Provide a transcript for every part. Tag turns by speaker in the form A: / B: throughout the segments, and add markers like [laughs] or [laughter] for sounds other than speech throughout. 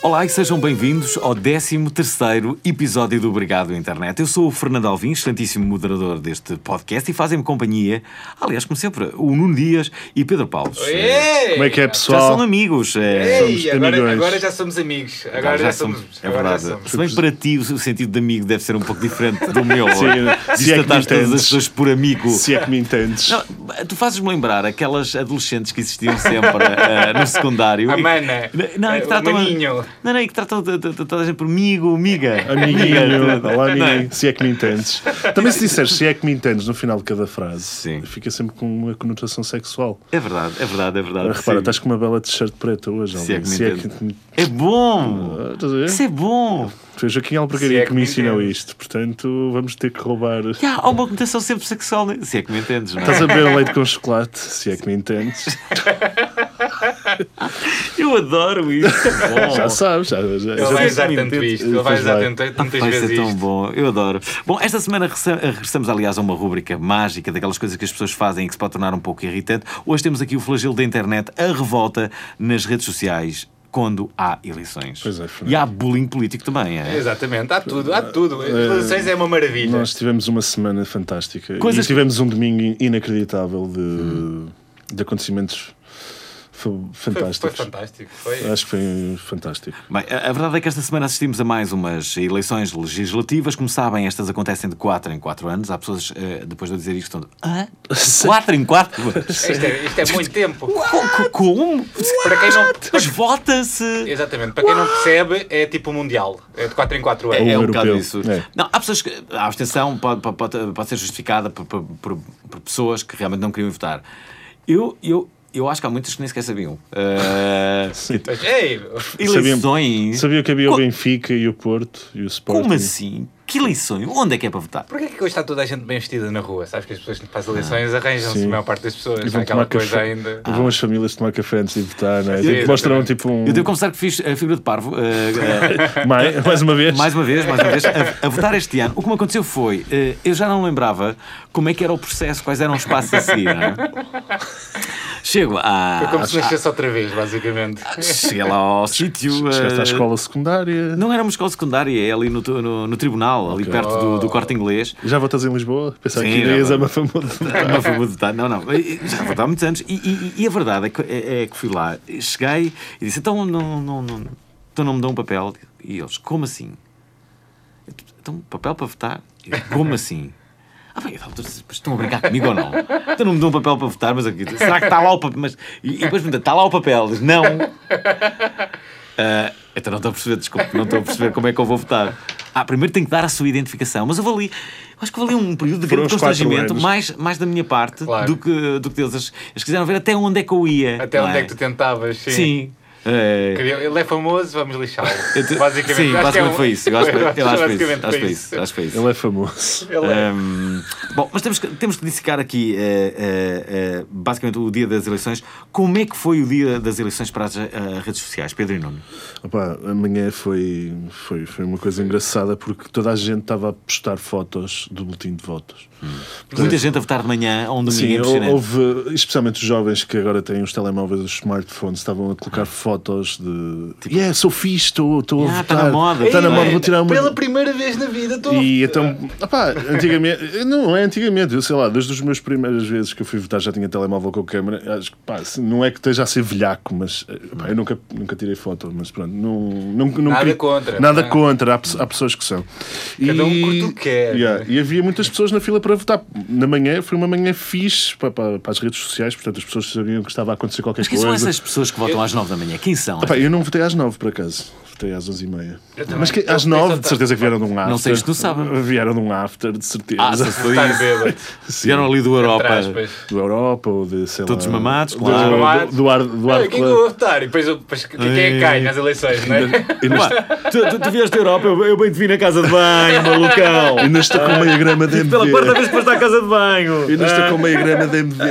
A: Olá e sejam bem-vindos ao 13º episódio do Obrigado Internet. Eu sou o Fernando Alvim, excelentíssimo moderador deste podcast e fazem-me companhia, aliás, como sempre, o Nuno Dias e Pedro Paulo. Eh,
B: Ei!
C: Como é que é,
A: Já são
C: pessoal?
A: amigos. é,
B: Ei,
C: Somos
B: agora,
C: amigões.
B: agora já somos amigos. Agora já, somos.
A: É
B: agora já
A: verdade.
B: somos.
A: Se bem que para ti o o sentido de amigo deve ser um pouco diferente do meu.
C: [laughs] Sim,
A: se
C: se é que me
A: tratar todas as
C: entendes.
A: pessoas por amigo.
C: Se é que me entendes.
A: Não, eh, tu fazes-me lembrar aquelas adolescentes que existiam sempre eh, no secundário.
B: A mana.
A: Não, é que
B: O
A: tratam.
B: maninho.
A: Não, não, é que tratam de- de- de toda a gente por amigo, amiga.
C: Amiguinho,
A: Amiga.
C: olá amiguinho, se é que me entendes. Também se disseres se é que me entendes no final de cada frase,
A: Sim.
C: fica sempre com uma conotação sexual.
A: É verdade, é verdade, é verdade. Sim.
C: Repara, estás com uma bela t-shirt preta hoje,
A: Se é que
C: Alvin.
A: me
C: Se é
A: entendes.
C: que me-
A: É bom!
C: Estás a ver?
A: Isso é bom!
C: Foi Joaquim
B: Se
C: Albergaria
B: é
C: que,
B: que
C: me
B: me
C: ensinou
B: entendes.
C: isto, portanto vamos ter que roubar.
A: E há há uma conotação sempre sexual. né? Se é que me entendes, não é?
C: Estás a beber leite com chocolate, se é que me entendes.
A: [laughs] Eu adoro isso. É [laughs] bom.
C: Já sabes, já, já,
B: Ele
C: já-
B: vai
A: que
B: usar
A: me
B: tanto
A: entende.
B: isto. Ele vai
C: Pois
B: usar
C: vai.
B: tanto-
A: Ah,
B: tantas
A: pá, isso
B: vezes
A: é tão
B: isto.
A: bom, eu adoro. Bom, esta semana regressa- regressamos, aliás, a uma rubrica mágica daquelas coisas que as pessoas fazem e que se pode tornar um pouco irritante. Hoje temos aqui o flagelo da internet, a revolta nas redes sociais quando há eleições.
C: Pois é, Fernando.
A: e há bullying político também, é?
B: Exatamente, há tudo, há tudo. As relações é uma maravilha.
C: Nós tivemos uma semana fantástica
A: Coisas
C: e
A: que- Uhum.
C: tivemos um domingo in- inacreditável de, de acontecimentos fa-
B: Foi, foi
C: fantásticos.
B: fantástico. Foi.
C: Acho que foi fantástico.
A: Bem, a, a verdade é que esta semana assistimos a mais umas eleições legislativas. Como sabem, estas acontecem de 4 em 4 anos. Há pessoas, eh, depois de eu dizer isto, estão. Ah, 4 em 4 anos?
B: Isto, é, isto é muito tempo.
A: Co- co- Como?
B: Para quem não.
A: Mas vota-se!
B: Exatamente, para quem não percebe, é tipo mundial. É de 4 em 4 anos.
C: Ou
A: é um
C: europeu.
A: bocado isso.
C: É.
A: Não, há pessoas que. A abstenção pode, pode- pode, pode ser justificada por, por- por- por pessoas que realmente não queriam votar. Eu, eu, eu acho que há muitas que nem sequer sabiam. Eh,
B: Mas, ei,
A: eleições.
C: Sabia que havia
A: Co-
C: o Benfica e o Porto e o Sporting.
A: Como assim? Que eleições? Onde é que é para votar?
B: porquê que hoje está toda a gente bem vestida na rua? Sabes que as pessoas para as eleições arranjam-se,
C: Sim.
B: a maior parte das pessoas.
C: E
B: Há
C: vão
B: aquela
C: tomar
B: coisa
C: café.
B: ainda.
C: E vão as famílias tomar café antes de votar, não é?
B: Sim,
C: Tipo, mostram
B: exatamente.
C: tipo um.
A: Eu devo confessar que fiz a figura de parvo. eh, eh, [laughs]
C: mais, mais uma vez.
A: Mais uma vez, mais uma vez, a, a votar este ano. O que me aconteceu foi, eh, eu já não lembrava como é que era o processo, quais eram os passos a seguir. não é? Chego à.
B: É como se nascesse outra vez, basicamente.
A: Cheguei lá ao sítio.
C: Chegaste
A: eh,
C: à escola secundária.
A: Não era uma escola secundária, é ali no, tu- no, no tribunal, ali perto do, do corte inglês.
C: Já votas em Lisboa? Pensava
A: Sim,
C: que
A: já
C: irias a
A: vou.
C: uma
A: [laughs]
C: famosa.
A: Não fui muito tarde, não, não. Já vou há muitos anos. E, e- e a verdade é que, é- é que fui lá, cheguei e disse: então não, não, não, então não me dão um papel. E eles: como assim? Então, papel para votar? Eu digo,
C: [laughs]
A: Como assim? Ah, bem, então, mas estão a brincar comigo ou não? Então não me dão um papel para votar, mas aqui, será que está lá o papel? Mas, e, e depois pergunta: está lá o papel? Diz,
C: [laughs]
A: não. Ah, então não estou a perceber, desculpe, não estou a perceber como é que eu vou votar. Ah, primeiro tenho que dar a sua identificação, mas eu vou ali, eu acho que vou ali um período de
C: Foram
A: grande
C: uns quatro
A: constrangimento,
C: anos.
A: mais, mais da minha parte
B: Claro.
A: do, que, do que deles. Eles, eles quiseram ver até onde é que eu ia.
B: Até
A: não
B: onde é que tu tentavas? Sim.
A: Sim. É,
B: Queria- Ele é famoso, vamos lixá-lo.
A: [laughs] eu te-
B: Basicamente,
A: Sim,
B: acho que é
A: basicamente
B: um-
A: foi isso. Eu
B: [laughs]
A: acho que eu acho que foi isso.
B: basicamente
A: Acho que foi isso. Acho que foi isso.
C: Ele é famoso.
B: Ele é.
A: Hum, bom, mas temos que, temos que dissecar aqui eh, eh, eh, basicamente o dia das eleições. Como é que foi o dia das eleições para as eh, redes sociais, Pedro e Nuno?
C: Opa, amanhã foi, foi, foi uma coisa engraçada porque toda a gente estava a postar fotos do boletim de votos.
A: Muita gente a votar de manhã, a um domingo é
C: Sim,
A: impressionante.
C: houve, especialmente os jovens que agora têm os telemóveis, os smartphones, estavam a colocar fotos de. yeah, sou fixe, estou estou
A: Tipo- Ah,
C: a votar.
A: tá na moda,
C: Está na
A: tá
C: moda,
A: bem.
C: vou tirar uma.
B: Pela primeira vez na vida estou.
C: E então, opá, antigamente, não é antigamente, eu sei lá, desde as minhas primeiras vezes que eu fui votar já tinha telemóvel com câmera. Acho que, pá, se- não é que esteja a ser velhaco, mas eh, pá, eu nunca, nunca tirei foto, mas pronto, não, não, não
B: Nada
C: queria-
B: contra,
C: Nada
B: não é?
C: contra, há, pe- há pessoas que são.
B: Cada um curte o que quer.
C: Yeah, e havia muitas pessoas na fila para votar. Na manhã foi uma manhã fixe para, para, para as redes sociais, portanto as pessoas sabiam que estava a acontecer qualquer
A: Mas quem
C: coisa.
A: são essas pessoas que votam às 9 da manhã? Quem são?
C: Epá, eu não votei às 9 por acaso. Votei às 11h30.
B: Eu também.
C: Mas que,
B: Eu
C: às
B: sei
C: 9
B: só-
C: de certeza que vieram de um after.
A: sei se tu sabe.
C: Vieram de um after, de
A: Ah, [laughs] se
C: [laughs] certeza.
A: foi
B: Estar
A: isso.
B: bêbado.
A: Vieram ali do Europa.
B: Atrás, pois.
C: do Europa ou de, sei
A: Todos
C: lá,
A: mamados,
C: do,
A: claro.
C: Do, do ar, do
B: Ah,
C: ar
B: Quem que eu vou votar? E depois, eu- depois quem é que cai nas eleições, não é?
C: E ainda-
A: Pá, tu, tu, tu vieste da Europa, eu, eu bem te vi na casa de banho, malucão.
C: Ainda estou com meia
B: [laughs]
C: grama de
A: Pela quarta
C: MD.
A: vez que foste à casa de banho.
C: Ainda estou com meia grama
B: [laughs]
C: de MD.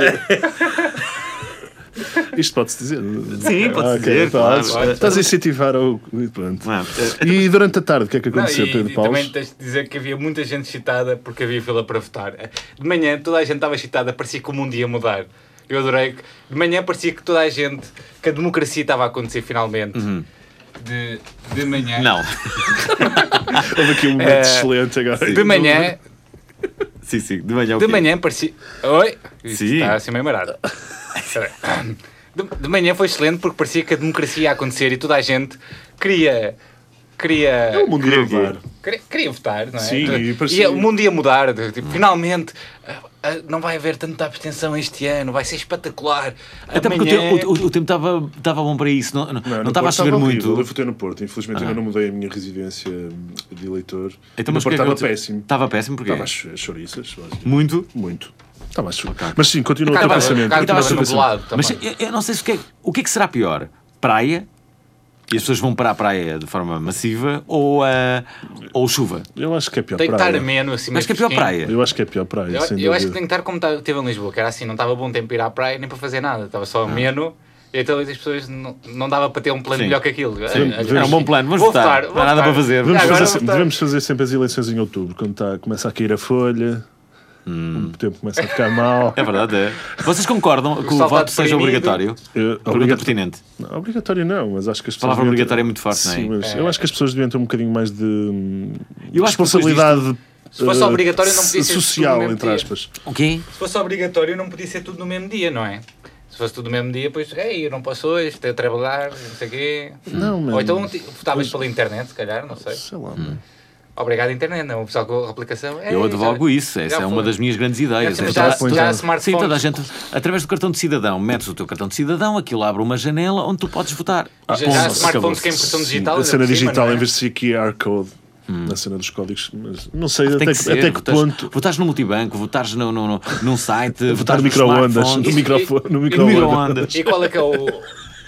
C: Isto pode-se dizer.
A: Sim, pode
C: Ah, ok,
A: dizer, claro.
C: estás, estás a incentivar o. Pronto.
A: Não, eh,
C: E durante a tarde, o que é que
B: Não,
C: aconteceu,
B: e,
C: Pedro
B: e também
C: Paulo?
B: tens de dizer que havia muita gente excitada porque havia fila para votar. De manhã toda a gente estava excitada, parecia que o mundo ia mudar. Eu adorei que de manhã parecia que toda a gente, que a democracia estava a acontecer finalmente. De, de manhã.
A: Uhum. Não,
C: Houve aqui um momento
B: Eh,
C: excelente agora.
B: De manhã,
A: sim, sim, de manhã. é o
B: de
A: quê?
B: manhã parecia. Oi? Isto
A: Sim.
B: Está assim meio marado. Espera aí. De, de manhã foi excelente porque parecia que a democracia ia acontecer e toda a gente queria. queria
A: É
C: O mundo ia mudar.
B: Queria, queria votar, não é?
C: Sim, e
B: Ia-
C: parecia-
B: o mundo ia mudar. de- tipo, finalmente, ah, ah, não vai haver tanta abstenção este ano, vai ser espetacular.
A: Até porque o
B: Amanhã-
A: tempo, o- o- o tempo estava, estava bom para isso, não, não,
C: Não,
A: não
C: no
A: estava a
C: Porto
A: chover
C: horrível. Eu
A: muito. Ah.
C: votei no Porto, infelizmente ainda não mudei a minha residência hum, de eleitor.
A: Então,
C: no
A: mas o
C: Porto
A: que é que
C: estava
A: aconteceu?
C: péssimo.
A: Estava péssimo porque
C: Estava a cho- a chouriças, lógico.
A: muito.
C: muito. Estava a chorar. Mas sim, continua o teu
B: Estava-
C: pensamento.
B: estava
C: Continua o teu pensamento.
B: nublado
A: Mas
B: também.
A: eu, eu não sei se o que, é, o que é que será pior: praia, e as pessoas vão para a praia de forma massiva, ou, ah, ou chuva.
C: Eu acho que é pior
B: Tem que estar
C: praia.
B: ameno, assim,
A: Mas
B: meio
A: que é pior
B: fresquinho.
A: praia.
C: Eu acho que é pior praia,
B: Eu,
C: sem
B: eu acho que tem
C: dúvida.
B: que estar como tá- teve em Lisboa, que era assim, não estava bom tempo para ir à praia nem para fazer nada, estava
A: Ah.
B: só ameno. e Então as pessoas não, não dava para ter um plano
A: Sim.
B: melhor que aquilo. Ah,
C: devemos-
B: ah,
A: Era um bom plano, vamos
B: vou
A: votar.
B: votar,
A: Não há
B: vou
A: nada
B: votar.
A: para fazer.
C: Devemos,
B: Agora
C: fazer,
B: vou
C: se-
B: votar.
C: devemos fazer sempre as eleições em outubro, quando tá, começa a cair a folha, o tempo começa a ficar mal.
A: Hum. É verdade, é. Vocês concordam que o
B: salto
A: voto seja
B: deprimido.
A: obrigatório?
C: Eu-
A: Pergunta
C: É, obrigato-
A: pertinente.
C: Não, obrigatório não, mas acho que as pessoas.
A: palavra
C: deviam ter-
A: obrigatória é muito forte,
C: Sim,
A: não é?
C: mas eu acho que as pessoas deviam ter um bocadinho mais de
A: Eu
C: hum,
A: acho que depois
C: responsabilidade.
B: Se fosse
C: eh,
B: obrigatório, não podia ser tudo no
C: social,
B: mesmo
C: entre
B: dia.
C: aspas.
A: O quê?
B: Se fosse obrigatório, não podia ser tudo no mesmo dia, não é? Se fosse tudo no mesmo dia, pois, ei, eu não posso hoje, tenho a trabalhar, não sei o quê.
C: Não, mas.
B: Ou então ti- votavas pela internet, se calhar, não sei.
C: Sei lá, é?
A: Hum.
C: mano.
B: Obrigado, internet, não. O pessoal com a aplicação.
A: Eu
B: "Ei,
A: advogo
B: já-
A: isso, essa
B: É, então, já
A: é uma
B: foi."
A: das minhas grandes ideias.
B: Já,
A: Essa-
B: já,
C: Pois
B: já
C: é.
A: Sim,
B: smartphones.
A: toda a gente, através do cartão de cidadão, metes o teu cartão de cidadão, aquilo abre uma janela onde tu podes votar. Ah,
B: Já- já há
C: Acabou-se.
B: smartphones que é impressão
C: Ah, Sim,
B: digital.
C: A
B: ainda
C: cena
B: por cima,
C: digital,
B: não é?
C: em vez de ser QR Code, na cena dos códigos, mas não sei
A: Hum. Ah, Tem
C: até
A: que
C: que,
A: ser,
C: até que
A: votares,
C: ponto.
A: votares no multibanco, votares no, no, no- num site,
C: [laughs] Votar
A: votares
C: no
A: no
C: micro-ondas. No
B: é
A: smartphone.
C: microfone. No
A: No
C: micro-ondas.
A: micro-ondas.
B: E qual é que é o.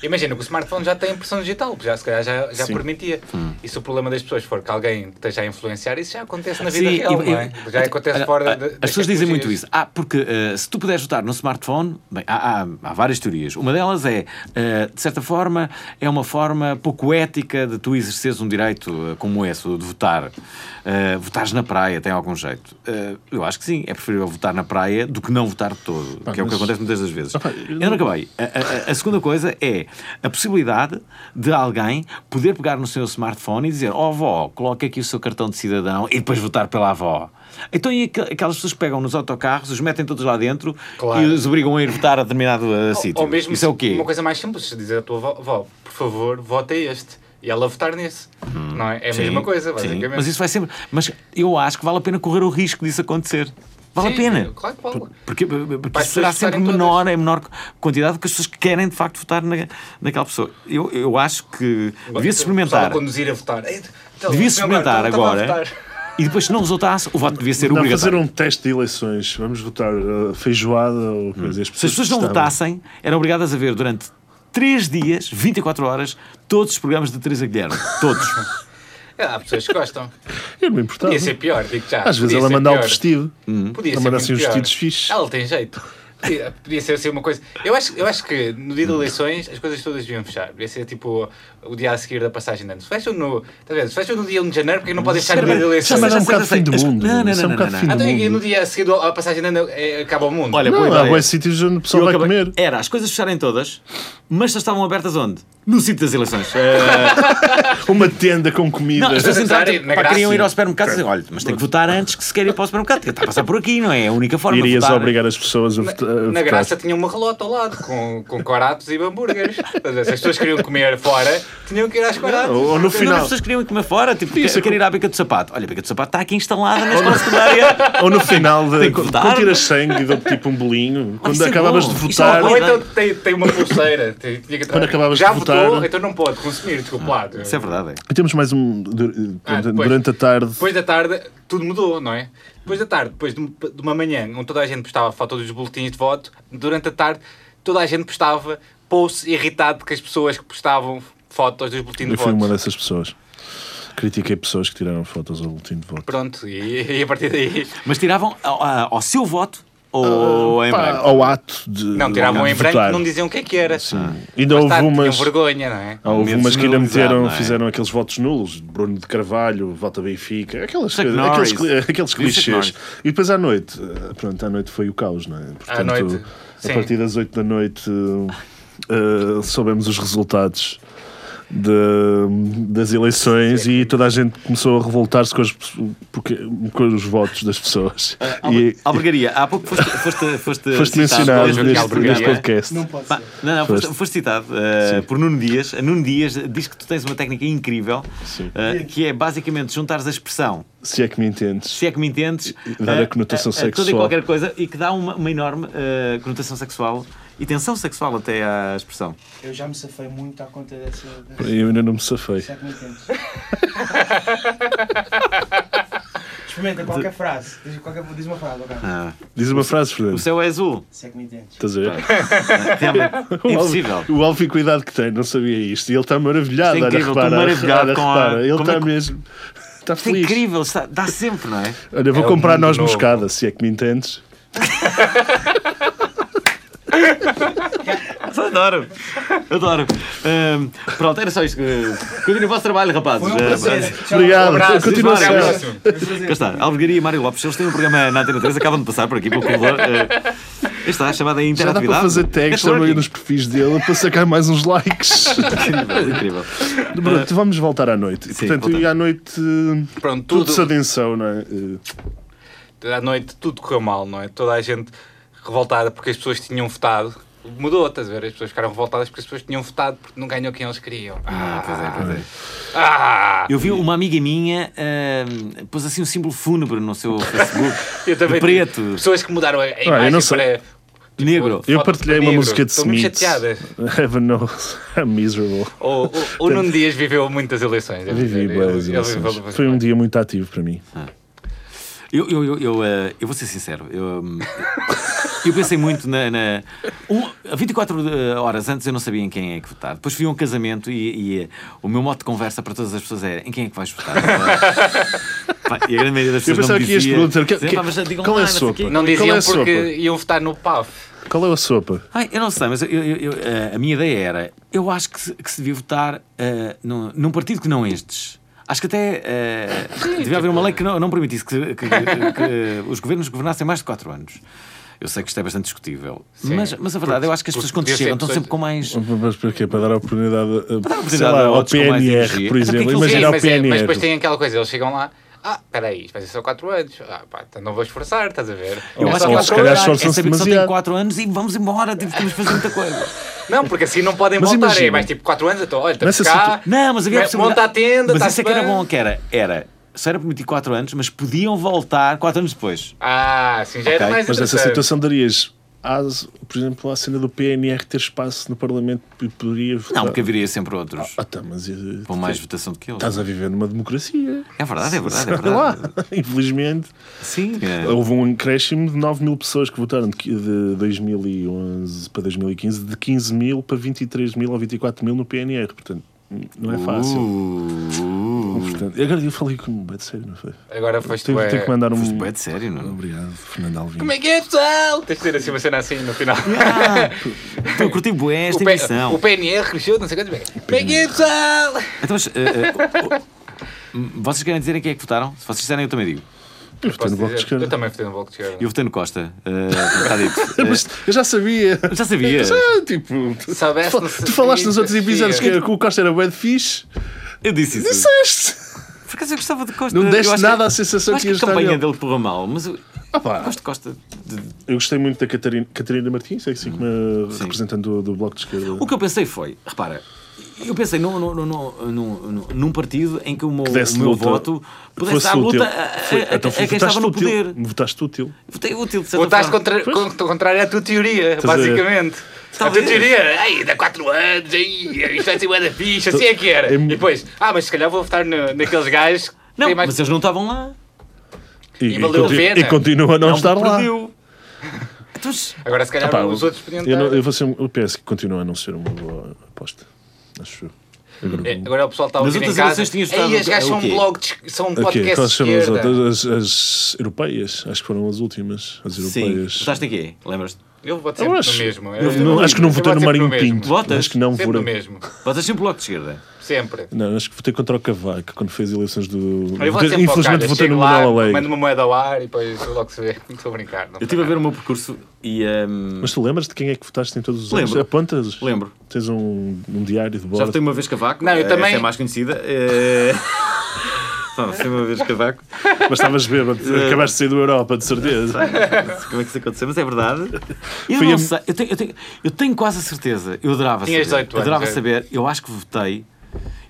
B: Imagina que o smartphone já tem impressão digital, já se calhar já, já
C: Sim.
B: permitia.
A: Hum.
B: E se o problema das pessoas for que alguém que esteja a influenciar, isso já acontece na vida
A: Sim,
B: real,
A: e-
B: não é?
A: e-
B: Já acontece
A: olha,
B: fora
A: ah,
B: da- das
A: As pessoas dizem muito
B: tecnologias.
A: isso. Ah, porque ah, se tu puderes votar no smartphone, bem, há, há- há várias teorias. Uma delas é, ah, de certa forma, é uma forma pouco ética de tu exerceres um direito ah, como esse, o de votar. Ah, votares na praia tem algum jeito? Ah, eu acho que sim. É preferível votar na praia do que não votar de todo, que é o que
C: mas-
A: acontece muitas das vezes.
C: Opa,
A: eu
C: eu
A: não acabei. A, a- a- a segunda coisa é a possibilidade de alguém poder pegar no seu smartphone e dizer: Ó avó, coloque aqui o seu cartão de cidadão e depois votar pela avó. Então, e aqu- aquelas pessoas que pegam nos autocarros, os metem todos lá dentro
B: Claro.
A: e os obrigam a ir votar a determinado uh,
B: Ou-
A: sítio.
B: Ou mesmo
A: Isso é o quê?
B: uma coisa mais simples, se dizer à tua avó, "Vó, por favor, vota este. E ela votar nesse. Não é? É a
A: Hum. Sim,
B: mesma coisa,
A: sim.
B: basicamente.
A: Mas isso vai sempre. Mas eu acho que vale a pena correr o risco disso acontecer. Vale a
B: Sim,
A: pena.
B: Claro que vale.
A: Porque, porque isso
B: Para as
A: será
B: pessoas
A: sempre
B: votarem todas.
A: menor, é menor quantidade do que as pessoas que querem de facto votar na, naquela pessoa. Eu, eu acho que devia-se
B: Só
A: experimentar.
B: a conduzir a votar. Ei, então,
A: Devia-se
B: meu
A: experimentar
B: Marco, estava a
A: agora.
B: votar.
A: E depois, se não resultasse, o voto devia ser
C: Não, fazer
A: obrigatório.
C: um teste de eleições. Vamos votar eh, feijoada ou coisa.
A: Hum. Se as pessoas não
C: votassem
A: votassem, eram obrigadas a ver durante 3 dias, 24 horas, todos os programas de Teresa Guilherme.
C: [laughs]
A: Todos.
B: É, Há pessoas que gostam.
C: Eu não me importava.
B: Podia ser pior, digo já.
C: Às vezes
B: Podia
C: ela
B: ser
C: manda o
B: pior.
C: vestido.
A: Hum.
B: Podia
C: Ela
B: ser
C: manda
B: muito
C: assim uns
B: pior.
C: vestidos fixes.
B: Ela tem jeito. Podia, podia ser assim uma coisa. Eu acho, eu acho que no dia das eleições as coisas todas deviam fechar. Devia ser tipo o dia a seguir da passagem de anos. Fecham no, tá vendo? Fecham no dia 1 de janeiro porque é não podem fechar no dia das
C: Sim,
B: eleições.
C: mas é um
A: Sim,
C: bocado
A: sim,
C: fim do
A: sim.
C: mundo.
A: assim. Não, não,
C: Isso é um
A: não,
C: bocado
A: não,
C: fim
A: não. Ah,
C: do
B: Então, e no
C: mundo.
B: dia a seguir do- à passagem de ano é, acaba o mundo.
A: Olha,
C: Não,
A: boa
C: há
A: ideia.
C: bons sítios onde o pessoal
A: Eu
C: vai
A: acabei-
C: comer.
A: Era as coisas fecharem todas, mas só estavam abertas onde? No sítio das
B: [laughs]
A: eleições. Eh,
C: Uma tenda com comida.
A: não, as pessoas entraram,
B: Na
A: pá, queriam
B: Grácia.
A: ir ao supermercado e diziam, olha, mas tem que votar antes que se quer ir para o supermercado, que está a passar por aqui, não é? É a única forma
C: Irias
A: de votar.
C: obrigar as pessoas a vota- a votar.
B: Na graça tinha uma relota ao lado com, com coratos e hambúrgueres. Tá Se as pessoas queriam comer fora, tinham que ir às coratos.
C: Ou ou no
A: Não, as
C: final.
A: pessoas queriam ir comer fora, tipo,
C: Podia ser
A: quer, quer
C: com-
A: ir à bica do sapato. Olha, a bica do sapato está aqui instalada na escola
C: [laughs]
A: secundária.
C: Ou no final, de,
A: Tem que
C: quando
A: votar.
C: quando tiras sangue e dou tipo um bolinho, quando
A: isso é
C: acabavas
A: bom.
C: de
A: Isso é uma
C: votar,
A: boa
B: Ou então tem, tem uma pulseira. Tinha que
C: Quando acabavas
B: Já
C: de votar,
B: votou,
C: votar.
B: então não pode consumir, desculpa lá.
A: Isso é verdade. é.
C: E temos mais um. dur- Durante,
B: Ah, depois-
C: durante a tarde.
B: Depois da tarde, tudo mudou, não é? Depois da tarde, depois de um- de uma manhã onde toda a gente postava foto dos boletins de voto, durante a tarde toda a gente postava posts irritado que as pessoas que postavam fotos dos boletins de
C: eu fui uma
B: voto.
C: dessas pessoas. Critiquei pessoas que tiraram fotos ao boletim de voto.
B: Pronto, e, e a partir daí.
A: Mas tiravam ao, ao- ao seu voto ou em
C: Ah, Pá,
A: branco?
C: ao ato de.
B: Não, tiravam
C: de
B: em branco
C: votar.
B: não diziam o que é que era.
C: Sim. Ainda
B: Mas
C: houve
B: tá, tinham
C: umas.
B: vergonha, não é?
C: há Houve
A: Medo
C: umas que ainda
A: generalizado,
C: meteram,
A: não é?
C: fizeram aqueles votos nulos, Bruno de Carvalho, Vota Benfica, aquelas,
A: Chuck
C: coisas-
A: Norris.
C: aqueles, cli-
A: Diz
C: aqueles
A: Chuck
C: clichês.
A: Norris.
C: E depois à noite, eh, pronto, à noite foi o caos, não é? Portanto,
B: noite,
C: a
B: sim.
C: partir das 8 da noite eh, eh, soubemos os resultados de- das eleições e toda a gente começou a revoltar-se com, as pes- porque- com os votos das pessoas. E-
A: Albergaria, há pouco foste, foste, foste,
C: Foste
A: citado
C: mencionado
A: pelo-
B: Jornal
C: neste,
B: Albergaria.
C: neste podcast.
D: Não pode
A: Pá,
D: ser.
A: Não, não, foste,
C: Foste.
A: foste citado uh, por Nuno Dias. A Nuno Dias diz que tu tens uma técnica incrível,
C: Sim.
A: uh, que é basicamente juntares a expressão,
C: Se é que me entendes.
A: se é que me entendes,
C: Dar a
A: uh,
C: conotação
A: toda e
C: sexual.
A: qualquer coisa, e que dá uma, uma enorme uh, conotação sexual e tensão sexual até à expressão.
D: Eu já me safei muito à conta dessa.
C: Eu ainda não me safei.
D: Será que me entendes? Experimenta qualquer frase. Diz, qualquer, diz uma frase, ok?
A: Ah,
C: Diz uma frase,
A: o
C: Fernando.
A: céu é azul.
D: Se é que me entendes.
C: Estás a ver? [laughs]
A: Realmente,
C: O
A: impossível.
C: Alvin- O Alvin, cuidado que tem, não sabia isto. E ele está maravilhado.
A: Isto é
C: olha,
A: incrível,
C: repara,
A: estou maravilhado
C: repara,
A: com a-
C: repara. Ele
A: como
C: está
A: é que-
C: mesmo. Está
A: Isto é
C: feliz.
A: incrível, está- dá sempre, não é?
C: Olha, vou
B: É um
C: comprar
B: mundo
C: nós
B: novo.
C: moscada, se é que me entendes.
A: Adoro, adoro. Ahm, pronto, era só isto. que- Continua o vosso trabalho, rapazes.
D: Foi um
A: Ah,
D: prazer. Tchau.
C: Obrigado.
B: Abraço,
C: Ah, Continua
A: a
B: até à
A: ser.
B: próxima.
D: Foi um prazer.
A: Cá está, Albergaria e Mário Lopes, eles têm um programa na Antena 3, acabam de passar por aqui pelo corredor. eh, está, chamada
C: Já dá
A: Interatividade.
C: para fazer tags também
A: Networking.
C: nos perfis dele para sacar mais uns likes.
A: [laughs] Incrível, incrível.
C: Pronto, vamos voltar à noite.
A: Sim,
C: Portanto,
A: voltamos.
C: e à noite. eh,
B: Pronto,
C: Tudo se
B: tudo,
C: atenção, não é? Eh,
B: à noite tudo correu mal, não é? Toda a gente revoltada porque as pessoas tinham votado. Mudou, estás a ver? As pessoas ficaram revoltadas porque as pessoas tinham votado porque não ganhou quem eles queriam.
A: Ah, pois é, pois é.
B: Ah!
A: Eu vi uma amiga minha ah, pôs assim um símbolo fúnebre no seu
C: [laughs]
A: Facebook.
B: Eu também.
A: de preto,
B: Pessoas que mudaram a imagem
C: Ah, eu não sei.
B: para.
A: negro.
C: Eu
B: Foto
C: partilhei
B: de
C: uma
B: negro.
C: música de
B: Estou muito
C: Smith.
B: chateada.
C: Heaven knows [laughs] I'm miserable.
B: O, o, o Nuno Dias viveu muitas eleições. é devo dizer.
C: Vivi bem as
B: Ele- ele viveu
C: eleições.
B: bem.
C: Foi um dia muito ativo para mim.
A: Ah, Eu, eu, eu, eu, eh, eu vou ser sincero. Eu, hum, eu pensei muito na. na um, a 24 de- horas antes eu não sabia em quem é que votar. Depois fui a um casamento e, e, eh, o meu modo de conversa para todas as pessoas era em quem é que vais
C: [laughs]
A: votar? Pá, e a grande maioria das
C: Eu
A: pessoas.
C: pensava
A: não me
C: que ias
A: dizia.
C: perguntar que-
A: Dizia,
C: que-
A: "Pá, mas digam
C: qual é
A: lá,
C: a
A: não sei
C: sopa?"
A: quê."
B: Não diziam
C: Qual é a sopa?
B: porque iam votar no PAF.
C: Qual é a sopa?
A: Ai, eu não sei, mas eu- eu- eu- eh, a minha ideia era: eu acho que se, que se devia votar eh, num, num partido que não estes. Acho que até eh, devia haver uma lei que não, não permitisse que, que- que os governos governassem mais de 4 anos. Eu sei que isto é bastante discutível, mas, mas a verdade, eu acho que as pessoas quando
B: podia ser
A: chegam estão
B: pessoas-
A: sempre com mais.
C: Mas para quê? Para dar a oportunidade, a- sei
A: oportunidade
C: lá,
A: a
C: ao
A: outros com mais
C: PNR,
A: energia.
C: por
A: Até porque
C: exemplo.
A: aquilo-
B: Sim,
C: Imagina o
B: mas, é- mas depois
C: PNR.
B: tem aquela coisa, eles chegam lá. Ah, peraí, isto vai ser só 4 anos. Ah, pá, então não vou esforçar, estás a ver?
A: Eu
C: Ou-
B: É
A: acho
B: só
A: que
C: ou
A: é
B: quatro
C: se calhar
A: só-
C: esforçam-se
A: é saber que só
C: demasiado.
A: tem 4 anos e vamos embora, tipo, temos de fazer muita coisa.
B: anos. Não, porque assim não podem
C: Mas
B: voltar.
C: imagina.
B: É mais tipo 4 anos, então olha, estamos
C: Nessa
B: cá.
A: Não, mas havia a
B: me-
A: possibilidade.
B: Monta a tenda,
A: mas
B: está-se
A: isso é que era
B: bem.
A: bom, que era, era só era permitir 4 anos, mas podiam voltar 4 anos depois.
B: Ah, assim já era
A: Ok,
B: mais
C: Mas nessa
B: interessante.
C: situação darias, às- por exemplo, à cena do PNR ter espaço no Parlamento e poderia votar.
A: Não, porque haveria sempre outros
C: Ah, tá, mas eh,
A: com mais votação do que eles.
C: estás a viver numa democracia.
A: É verdade, é verdade, é
C: Sei
A: verdade.
C: lá. [laughs] Infelizmente,
A: Sim, é.
C: houve um acréscimo de 9 mil pessoas que votaram de qui- de 2011 para 2015, de 15 mil para 23 mil ou 24 mil no PNR. Portanto, não é fácil.
A: Uh, uh.
C: Portanto, agora eu falei com o sério, não foi?
B: Agora foste
C: Tive, tive
B: bué-
C: que mandar um.
A: Foste bué de sério, não? é?
C: Obrigado, Fernando Alvim.
B: Como é que é, pessoal? Tens de ter assim uma cena assim no
C: [laughs]
B: final.
A: Ah, eu curti bué esta
B: o, P-
A: emissão.
B: o PNR cresceu, não sei quantos. Como é que é, pessoal?
A: Então, mas, eh, eh, o- o- vocês querem dizer em quem é que votaram? Se vocês disserem, eu também digo.
C: Eu votei
B: Posso
C: no bloco
B: dizer?
C: de
B: Eu
C: esquerda.
B: também fui um no bloco de esquerda.
A: Eu votei no Costa. eh, está dito.
C: Mas
A: Eh,
C: [laughs] eu já sabia.
A: já sabia.
C: Já, tipo, tu,
B: Soubeste,
C: tu
B: não
C: fal- tu falaste nos outros
B: sabia.
C: episódios que o Costa era bad fish.
A: Eu disse isso.
C: Disseste!
A: Por acaso eu gostava de Costa.
C: Não
A: Eu
C: deste
A: acho
C: nada à
A: que,
C: sensação
A: eu acho
C: que
A: que
C: ias
A: a
C: estar
A: campanha
C: nele.
A: dele correu mal, mas eu
C: Ah pá,
A: gosto de Costa. de-
C: Eu gostei muito da Catarina, Catarina Martins, é assim que me representante do, do bloco de esquerda.
A: O que eu pensei foi, repara, eu pensei num, num, num, num, num- num partido em que o meu,
C: desse
A: o meu
C: luta,
A: voto pudesse
C: fosse
A: dar luta
C: útil.
A: a, a-
C: Foi-
A: a- a
C: então
A: quem
C: votaste
A: estava no
C: útil.
A: poder.
C: Votaste útil.
A: Votei é útil, de certa
B: Votaste
A: forma.
B: contra,
C: Pois.
B: contra, contrário à tua teoria,
C: a ver?
B: basicamente. Talvez. A tua teoria, ai, dá 4 anos, ai, isto vai ser bué da ficha, assim é que era. E depois, ah, mas se calhar vou votar no- naqueles gajos que
A: Não,
B: têm mais...
A: mas eles não estavam lá.
C: E,
B: E valeu a
C: continu-
B: pena.
C: e continua a não, estar lá.
A: [laughs]
C: Ah,
A: Perdeu. Então, se-
B: Agora se calhar
C: Pá,
B: os outros podiam
C: eu, não-
B: estar...
C: eu vou ser, um- eu penso que continua a não ser uma boa aposta. Acho eu.
B: É, Agora o pessoal está a
A: Nas
B: ouvir em
A: outras
B: casa.
A: eleições tinhas
B: Ei,
A: votado
B: os
A: no-
B: gajos são
A: é o quê?
B: um blog, de- são um
C: O quê?
B: podcast de
C: Quais foram as,
B: esquerda.
C: outras? as, as europeias? Acho que foram as últimas. As
A: Sim,
C: europeias.
A: votaste em quê? Lembras-te?
B: Eu voto
C: Eu
B: Tá sempre
C: acho,
B: no mesmo. é?
C: eu não- acho que não votei no Marinho Pinto.
A: Votas?
C: Acho que não
B: Sempre no
C: votei.
B: mesmo.
A: Votas sempre o Bloco de Esquerda.
B: Sempre.
C: Não, acho que votei contra o Cavaco quando fez eleições do.
B: Eu vou
C: Votei-
B: sempre
C: infelizmente
B: ao calhas.
C: votei no
B: Chego lá,
C: Manuel Alegre.
B: Mando uma moeda ao ar e depois logo se vê. [laughs] Estou a brincar. Não
A: Eu estive a ver o meu percurso e. hum,
C: Mas tu lembras de quem é que votaste em todos os anos?
A: Lembro.
C: Apontas?
A: Lembro.
C: Tens um, um diário de
A: Já
C: bordo.
A: votei uma vez Cavaco.
B: Não, eu
A: eh,
B: também-
A: Essa é mais conhecida. eh, [laughs] Não, votei uma vez Cavaco.
C: Mas estavas
B: [laughs]
C: bêbado. Acabaste de sair da Europa, de certeza.
A: Não sei como é que isso aconteceu, mas é verdade. Eu
C: Foi
A: não
C: a-
A: sei, eu tenho, eu, tenho, eu tenho quase a certeza. Eu adorava
B: Tinhas
A: saber.
B: 18
A: eu adorava
B: anos, é?
A: saber. Eu acho que votei.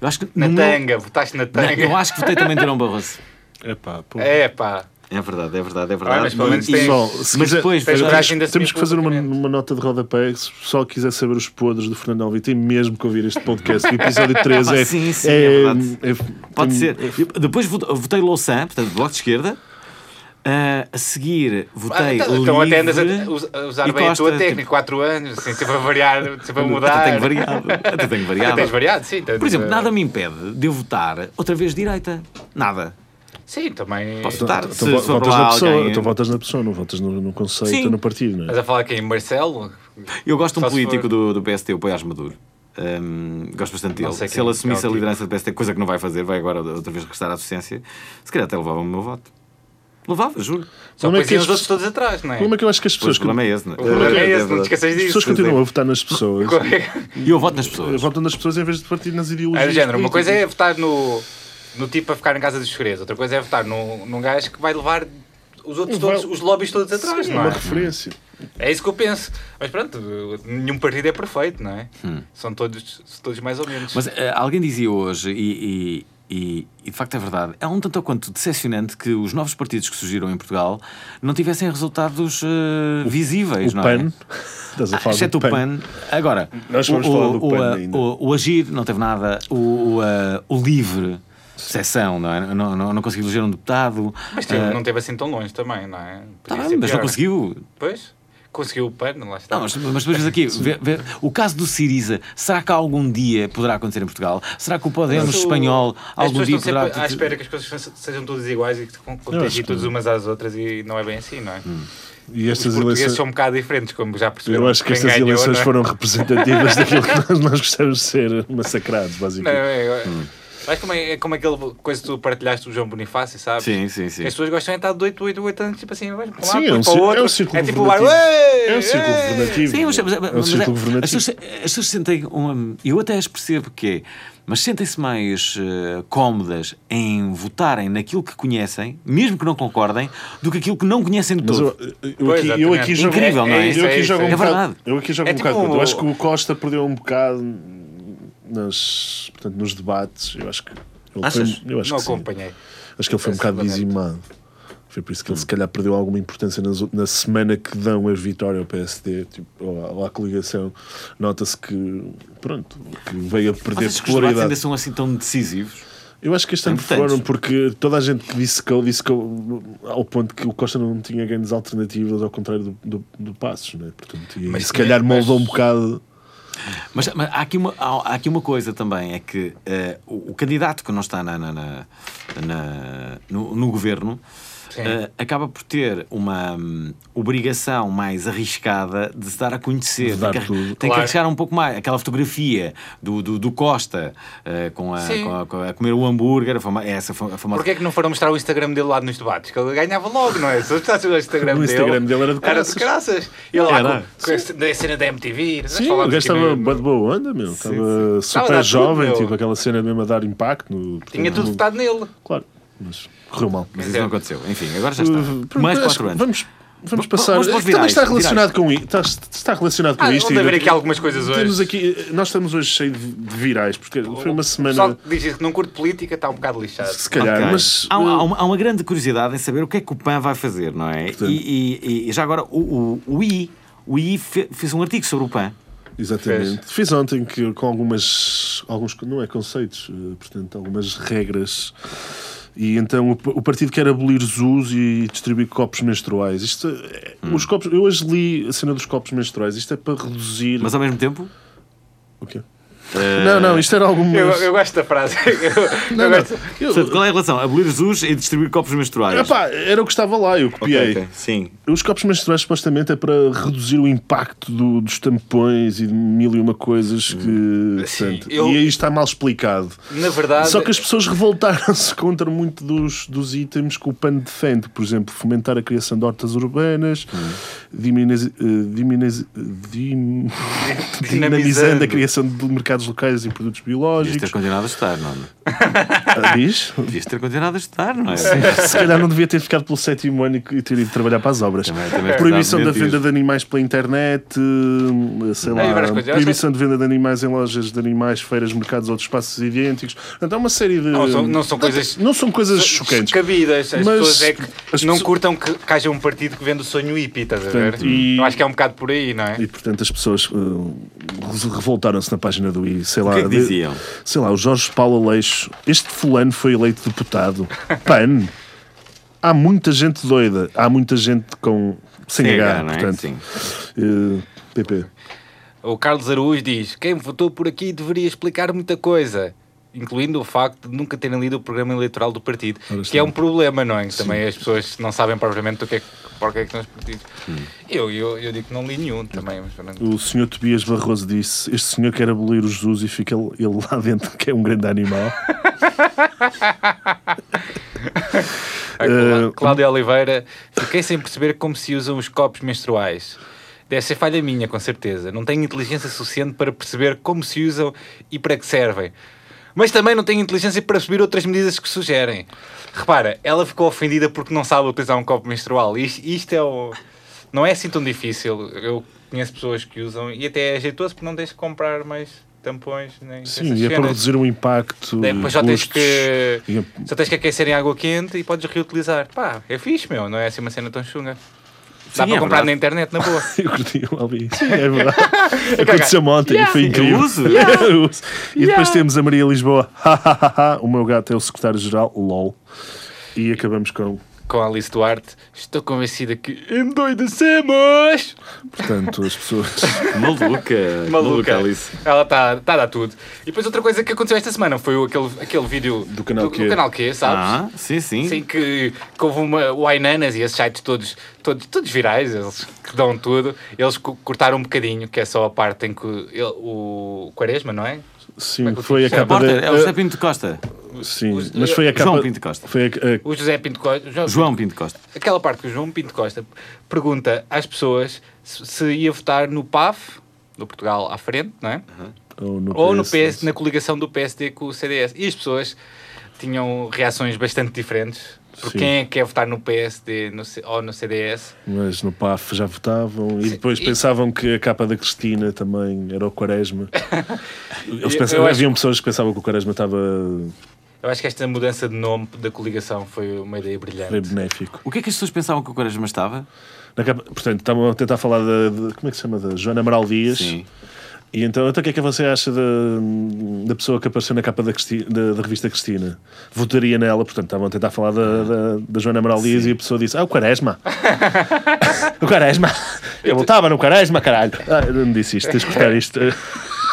A: Eu acho que.
B: Na
A: no meu-
B: tanga, votaste na
A: Não,
B: tanga.
A: eu acho que votei também em Durão Barroso.
C: É pá, pô.
B: [laughs] É pá.
A: É verdade, é verdade, é verdade.
B: mas pelo menos
A: E-
B: tens-
C: Pessoal, se
A: mas
C: quiser-
A: depois,
B: tens
A: verdade,
B: coragem de assumir
C: Temos que fazer uma,
B: publicamente.
C: uma nota de rodapé. Se o pessoal quiser saber os podres do Fernando Alvim, tem mesmo que ouvir este podcast.
A: [laughs]
C: O episódio 13 é.
A: Ah, sim, sim, é verdade.
C: é-
A: Pode
C: tem-
A: ser. Eu- Depois vote- votei Louçã, portanto, Bloco de Esquerda. Ah, a seguir
B: Ah,
A: votei
B: então,
A: Livre.
B: então até andas a a usar
A: e
B: bem a
A: Costa,
B: tua
A: tipo-
B: técnica, 4 anos, assim, sempre
A: [laughs]
B: a variar, sempre a
A: Até
B: mudar.
A: tenho variado.
B: [laughs]
A: Até tenho
B: Ah,
A: variado.
B: Tens variado, sim. tens,
A: Por exemplo,
B: eh,
A: nada me impede de eu votar outra vez direita. Nada.
B: Sim, também.
A: Posso
C: Então,
A: votar.
C: então
A: Se-
C: vo-
A: se for
C: votas
A: para
C: na
A: lá
C: pessoa,
A: alguém-
C: então votas na pessoa, não votas no, no conceito
A: Sim.
C: ou no partido, não
B: Estás
C: é?
B: a falar quem? Marcelo?
A: Eu gosto de
B: Só
A: um
B: se
A: político
B: for-
A: do, do PST, o Paiás Maduro. Hum, gosto bastante
B: Não
A: dele.
B: sei
A: Se
B: quem-
A: ele assumisse
B: quem é
A: a
B: o tipo.
A: liderança do PST, coisa que não vai fazer, vai agora outra vez restar à docência, se calhar até levava o meu voto. Levava, juro.
B: Só
C: Como é
B: depois
C: que
B: iam os
C: estes-
B: outros todos atrás, não é?
C: O problema é que eu acho que as
A: Pois,
C: pessoas,
A: o problema é esse. não é?
B: problema
A: É
B: é esse, não te
A: verdade.
B: esqueças
C: as
B: disso.
C: pessoas continuam a votar nas pessoas.
B: [laughs]
A: E eu voto nas pessoas.
C: Votam nas pessoas em vez de partir nas ideologias.
B: É do género, uma coisa
C: políticas.
B: é votar no, no tipo a ficar em casa dos segredos, outra coisa é votar num, num gajo que vai levar os outros
C: Vai-
B: todos, os lobbies todos atrás,
C: Sim,
B: não
C: uma
B: é?
C: referência.
B: É isso que eu penso. Mas pronto, nenhum partido é perfeito, não é? São todos, são todos mais ou menos.
A: Hum. Mas eh, alguém dizia hoje, e, e- e- e de facto é verdade, é um tanto ou quanto decepcionante que os novos partidos que surgiram em Portugal não tivessem resultados eh, visíveis,
C: O
A: não é?
C: PAN. Estás a falar do
A: Exceto o PAN. Agora,
C: Nós vamos
A: o,
C: falar
A: o-
C: do
A: o-
C: PAN
A: a-
C: ainda.
A: o- o Agir não teve nada, o, o, a- o Livre, seção, não, é? não, não, não conseguiu eleger um deputado.
B: Mas
C: um
B: teve-
A: Ah,
B: não teve assim tão longe também, não é?
A: tá
B: Podia
A: bem,
B: ser
A: mas não
B: pior.
A: conseguiu.
B: Pois, conseguiu o pano, lá está.
A: Não, mas, mas depois vês aqui, vê- vê- o caso do Siriza, será que algum dia poderá acontecer em Portugal? Será que o Podemos
B: Mas o-
A: espanhol
B: as
A: algum
B: pessoas
A: dia
B: estão
A: poderá.
B: sempre à espera que as coisas se- sejam todas iguais e que se con- contagiem
C: que-
B: todas umas às outras e não é bem assim, não é?
A: Hum.
C: E
B: Os
C: estas
B: portugueses
C: eleições.
B: são um bocado diferentes, como já perceberam.
C: Eu acho que
B: Quem
C: estas
B: ganhou,
C: eleições
B: não é?
C: foram
B: [laughs]
C: representativas daquilo que nós, nós gostamos de ser massacrados,
B: Não,
C: basicamente.
B: é, é,
C: Hum.
B: Mas como é, é como aquela coisa que tu partilhaste do João Bonifácio, sabes?
A: Sim, sim, sim.
B: As pessoas gostam é de estar de 8, 8, 8 anos, tipo assim, vai para lá,
C: Sim, é um,
B: depois para
C: cir-
B: o outro.
C: é um círculo
B: é tipo o ar,
C: governativo.
B: "Ué,
C: é um círculo
B: ué".
C: governativo.
A: Sim, mas, mas-
C: é um
A: mas é-
C: círculo
A: as
C: governativo.
A: pessoas, as pessoas sentem uma. Eu até as percebo que é, mas sentem-se mais eh, cómodas em votarem naquilo que conhecem, mesmo que não concordem, do que aquilo que não conhecem de
C: Mas
A: todo.
C: eu, eu
B: Pois,
C: aqui, eu aqui
B: exatamente.
C: jogo, um
A: Incrível, não é?
C: Eu
B: É
C: aqui
B: isso,
C: jogo
B: é
C: um
A: isso. É
C: bocado.
A: verdade.
C: Eu aqui jogo
B: É
C: um
B: tipo
C: bocado. contra. Eu
B: o-
C: acho que o Costa perdeu um bocado nas, portanto, nos debates. Eu acho que. Ele
A: Achas?
C: Foi, eu acho
B: Não
C: que sim.
B: acompanhei.
C: Acho que ele foi um
B: Peço
C: bocado dizimado. Foi por isso que ele, se calhar, perdeu alguma importância nas ult- na semana que dão a vitória ao PSD tipo, ou, à, ou à coligação. Nota-se que, pronto, que veio a perder
A: Vocês que os debates ainda
C: popularidade.
A: são assim tão decisivos.
C: Eu acho que este ano
A: Importantes.
C: foram porque toda a gente que disse que disse que ao ponto que o Costa não tinha grandes alternativas, ao contrário do, do, do Passos, né? Portanto, e,
B: Mas
C: se
B: tinha-
C: calhar moldou
B: mas-
C: um bocado.
A: Mas, mas há, aqui uma, há, há aqui uma coisa também, é que eh, o, o candidato que não está na, na- na- na- no, no governo
B: Sim.
A: eh, acaba por ter uma hum, obrigação mais arriscada de se dar a conhecer.
C: De dar
A: tem que,
C: tudo.
A: tem que
B: Claro.
A: arriscar um pouco mais. Aquela fotografia do, do, do Costa eh, com, a,
B: Sim.
A: com a- com a- a comer o hambúrguer, a fama- essa fam- a famosa
B: Porquê é que não foram mostrar o Instagram dele lá nos debates? Que ele ganhava logo, não é? Se eu mostrasse o Instagram
C: O
B: dele.
C: Instagram dele era de
B: Era de
C: caraças.
B: graças. E ele
A: Era.
B: lá com, com esse- da cena da MTV. nós
C: Sim, o
B: falámos
C: gajo
B: aqui no-
C: estava bué de boa onda, meu. Estava
B: Estava a dar
C: super
B: tudo,
C: jovem,
B: meu.
C: tipo aquela cena mesmo a dar impacto. No,
B: Tinha tudo
C: no-
B: votado nele.
C: Claro, mas correu mal.
A: Mas isso não aconteceu. Enfim, agora já está.
C: Uh, pronto,
A: mais
C: acho
A: quatro
C: que
A: anos.
C: Vamos, vamos
A: V-
C: passar.
A: vamos para os
C: Também
A: virais,
C: está relacionado com isto. Está, está relacionado com
B: Ah,
C: isto.
B: vão haver
C: e-
B: aqui algumas coisas hoje.
C: Temos aqui, nós estamos hoje cheios de de virais, porque foi uma
B: O pessoal
C: semana.
B: que diz isso, que não curte política está um bocado lixado.
C: Se calhar,
A: Ok.
C: mas. eh,
A: há, um- há uma, há uma grande curiosidade em saber o que é que o PAN vai fazer, não é? E, e- e já agora, o, o, o I, o I fe- fez um artigo sobre o PAN.
C: Exatamente. Fiz ontem que com algumas, alguns, não é conceitos, eh, portanto, algumas regras. E então o, o partido quer abolir ZUS e distribuir copos menstruais. Isto é-
A: Hum.
C: os copos, eu hoje li a cena dos copos menstruais. Isto é para reduzir.
A: Mas Eh, ao mesmo tempo,
C: O quê? Não, não, isto era algumas.
B: Eu, eu gosto da frase. [laughs] Eu,
C: Não,
B: eu
C: não.
B: gosto-
C: Eu-
A: portanto, qual é a relação? Abolir Jesus e distribuir copos menstruais.
C: Epá, era o que estava lá, eu
A: Ok,
C: copiei.
A: ok, Sim.
C: Os copos menstruais supostamente é para reduzir o impacto do- dos tampões e de mil e uma coisas que.
A: Hum.
C: portanto,
B: eu-
C: E aí está mal explicado.
B: Na verdade,
C: Só que as pessoas revoltaram-se [laughs] contra muito dos, dos itens que o PAN defende. Por exemplo, fomentar a criação de hortas urbanas,
A: Hum.
C: diminiz- eh, diminiz- dim- dinamizando a criação de mercados locais e produtos
A: Devias ter
C: biológicos.
A: continuado a estudar, não é?
C: Ah, Diz?
A: Devias ter continuado a estudar, não é?
C: Se calhar não devia ter ficado pelo sétimo ano e ter ido trabalhar para as obras.
A: Também- também é
C: proibição da
A: verdade,
C: venda de animais pela internet, eh, sei lá,
B: e várias coisas. Eu
C: proibição de venda de animais em lojas de animais, feiras, mercados ou outros espaços idênticos. Portanto, há uma série de.
B: Não, são- não são coisas-
C: Não são coisas chocantes.
B: Cabidas, as
C: Mas
B: pessoas é que
C: as
B: não
C: pessoas-
B: curtam que, que haja um partido que vende o sonho hippie, estás a ver?
C: Portanto, e-
B: Eu acho que é um bocado por aí, não é?
C: E portanto as pessoas eh, revoltaram-se na página do I, sei lá.
A: que é que
C: de-
A: diziam?
C: Sei lá, o Jorge Paulo Aleixo. Este fulano foi eleito deputado. PAN. Há muita gente doida. Há muita gente com. Sem
A: Sem
C: H,
A: H, não é?
C: portanto.
A: Sim.
C: eh, PP.
B: O Carlos Araújo diz: quem votou por aqui deveria explicar muita coisa. Incluindo o facto de nunca terem lido o programa eleitoral do partido, que é um problema, não é? Também as pessoas não sabem propriamente do que é que, porque é que são os partidos.
C: Hum.
B: Eu, eu, eu digo que não li nenhum também, mas pronto.
C: O senhor Tobias Barroso disse: Este senhor quer abolir os Jesus e fica ele- ele lá dentro, que é um grande animal.
B: A Clá-
C: Eh,
B: Cláudia Oliveira, fiquei sem perceber como se usam os copos menstruais. Deve ser falha minha, com certeza. Não tenho inteligência suficiente para perceber como se usam e para que servem. Mas também não tenho inteligência para perceber outras medidas que sugerem. Repara, ela ficou ofendida porque não sabe utilizar um copo menstrual. Isto, isto é o... não é assim tão difícil. Eu conheço pessoas que usam e até é jeitoso porque não tens de comprar mais tampões nem
C: Sim,
B: essas
C: e é para
B: cenas.
C: reduzir o impacto.
B: Depois já tens
C: custos.
B: que.
C: E é-
B: Só tens que aquecer em água quente e podes reutilizar. Pá, é fixe, meu, não é assim uma cena tão chunga. Dá
A: Sim,
B: para
A: é
B: comprar
A: verdade.
B: na internet,
A: [laughs]
B: na boa.
C: [laughs] Eu curti o Albi. Sim, é verdade. Aconteceu ontem e foi incrível.
A: Eu uso.
C: [laughs] Eu uso. E depois temos a Maria Lisboa. [laughs] o meu gato é o secretário-geral. LOL. E acabamos com.
B: Com a Alice Duarte, estou convencida que endoidecemos!
C: Portanto,
A: [laughs]
C: as pessoas.
A: Maluca. Maluca, Alice.
B: Ela está tá a dar tudo. E depois outra coisa que aconteceu esta semana foi o- aquele, aquele vídeo do
C: canal
B: do,
C: Q.
B: canal Q, sabes?
A: Ah, sim, sim.
B: Sim, que, que houve uma, o Ainanas e esses sites todos, todos, todos virais, eles que dão tudo, eles cu- cortaram um bocadinho, que é só a parte em que ele- o Quaresma, não é?
C: Sim, foi a
B: É,
C: capa
A: Porta,
C: da. eh,
A: é o José Pinto Costa.
C: Sim, mas foi a capa.
A: João Pinto Costa.
C: Foi a- a-
B: O José Pinto Costa. João-
A: João Pinto Costa.
B: Aquela parte que o João Pinto Costa pergunta às pessoas se, se ia votar no PAF, do Portugal à frente, não é?
C: ou Uhum. no
B: Ou no
C: PS.
B: PS, na coligação do PSD com o CDS. E as pessoas tinham reações bastante diferentes. Por
C: Sim.
B: quem é que quer votar no PSD no C- ou no CDS?
A: né?
C: Mas no PAF já votavam e depois
B: e-
C: pensavam que a capa da Cristina também era o
A: [laughs]
C: Quaresma. Eles
B: Eu-
C: pensavam,
B: eu acho-
C: haviam pessoas que pensavam que o Quaresma estava
B: Eu acho que esta mudança de nome da coligação foi uma ideia
C: bem
B: brilhante.
C: benéfico.
A: O que é que as pessoas pensavam que o Quaresma estava?
C: Na capa- portanto, estavam a tentar falar da, de- como é que se chama? Da Joana Amaral Dias.
A: Sim.
C: E então, então, o que é que você acha da, da pessoa que apareceu na capa da, Cristi- da- da revista Cristina? Votaria nela, portanto, estavam a tentar falar da, da, da Joana Amaral Dias e a pessoa disse: Ah,
B: [laughs]
C: o Quaresma! o Quaresma! Eu votava no Quaresma, caralho! Ah, eu não disse isto, tens que
B: [laughs]
C: cortar isto.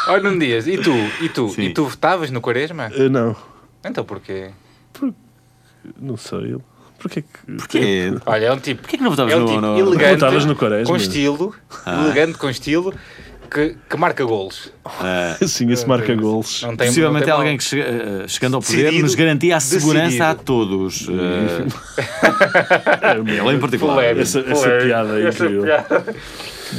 B: Olha, Nuno Dias, e tu? E tu?
A: Sim.
B: E tu votavas no Quaresma?
C: Ah, não.
B: Então porquê?
C: Não sei. ele. Porquê que.
A: Porquê?
B: Olha, é um tipo
A: Porquê que não votavas
B: É um
A: no-
B: tipo
A: no...
B: elegante,
C: Votavas no Quaresma. Ah.
B: com estilo, elegante, com estilo, que, que marca golos.
A: Ah,
C: [laughs] Assim, esse marca gols.
B: Não tem,
A: Possivelmente é
B: não tem
A: alguém
B: mal.
A: que che- eh, chegando ao poder
B: Decidido,
A: nos garantia a segurança
B: decidido.
A: a todos.
B: [laughs]
A: Eh, Ele em particular.
B: Polémico,
C: Essa- essa
B: polémico.
C: piada é
B: Essa
C: incrível.
B: piada.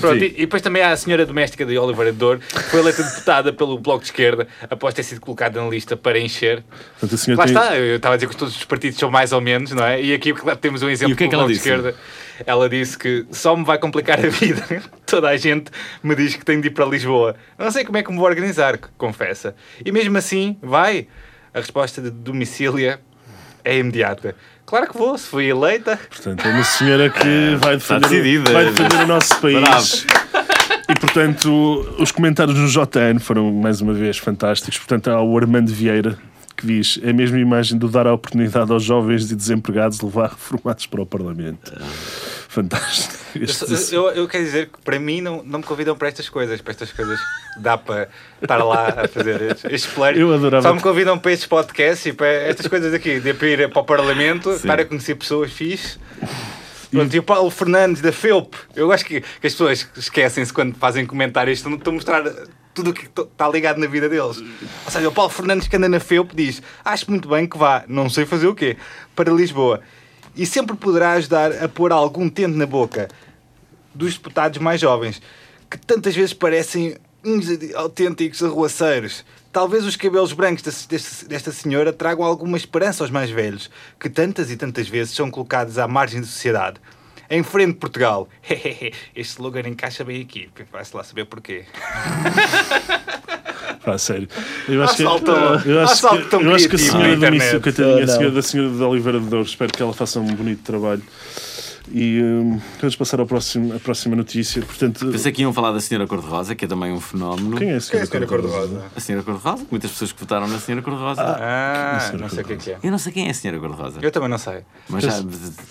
B: Pronto, e, e depois também há a senhora doméstica de Oliver Dor, que foi eleita deputada pelo Bloco de Esquerda, após ter sido colocada na lista para encher.
C: Portanto, a senhora
B: Lá
C: tem-
B: está, eu estava a dizer que todos os partidos são mais ou menos, não é? E aqui claro, temos um exemplo
A: E o que é que
B: do
A: ela
B: Bloco de
A: disse?
B: Esquerda. Ela disse que só me vai complicar a vida. [laughs] Toda a gente me diz que tenho de ir para Lisboa. Não sei como é que me vou organizar, confessa. E mesmo assim, vai? A resposta de domicília é imediata. Claro que vou, se fui eleita. É,
C: Portanto, é uma senhora que vai defender, o-
A: decidida.
C: vai defender o nosso país. E portanto, os comentários no JN foram mais uma vez fantásticos. Portanto, há o Armando Vieira que diz "É a mesma imagem do dar a oportunidade aos jovens e desempregados de levar reformados para o Parlamento. Fantástico. Este-
B: É. Eu, eu- eu quero dizer que para mim não, não me convidam para estas coisas. Para estas coisas dá para estar lá a fazer estes- estes planos.
C: Eu adorava
B: Só me
C: que-
B: convidam para estes podcasts e para estas coisas aqui. De ir para o Parlamento, estar a conhecer pessoas fixe. Pronto, e o Paulo Fernandes da FEUP. Eu acho que, que as pessoas esquecem-se quando fazem comentários, estão, estão a mostrar tudo o que to- está ligado na vida deles. Ou seja, o Paulo Fernandes que anda na FEUP diz: Acho muito bem que vá, não sei fazer o quê, para Lisboa. E sempre poderá ajudar a pôr algum tento na boca dos deputados mais jovens, que tantas vezes parecem uns autênticos arruaceiros. Talvez os cabelos brancos desse- deste- desta senhora tragam alguma esperança aos mais velhos, que tantas e tantas vezes são colocados à margem da sociedade. Em frente, Portugal. [laughs] Este slogan encaixa bem aqui. Vai-se lá saber porquê.
C: Pá, sério. Eu acho que, é-
B: Assalto-
C: eu acho
B: assalto
C: que,
B: tão
C: eu acho que a
B: criativo na
C: senhora da
B: internet.
C: Missão Catarina, a
E: Ah, não.
C: senhora, da senhora de Oliveira de Douro, espero que ela faça um bonito trabalho. E hum, vamos passar ao próximo, à próxima notícia. Portanto,
A: Pensei que iam falar da Senhora Cor-de-Rosa, que é também um fenómeno.
C: quem é a senhora,
A: A Senhora Cor-de-Rosa, que muitas pessoas que votaram na Senhora Cor-de-Rosa.
B: Ah, não sei o que é que é.
A: Eu não sei quem é a Senhora Cor-de-Rosa,
B: Eu também não sei.
A: mas já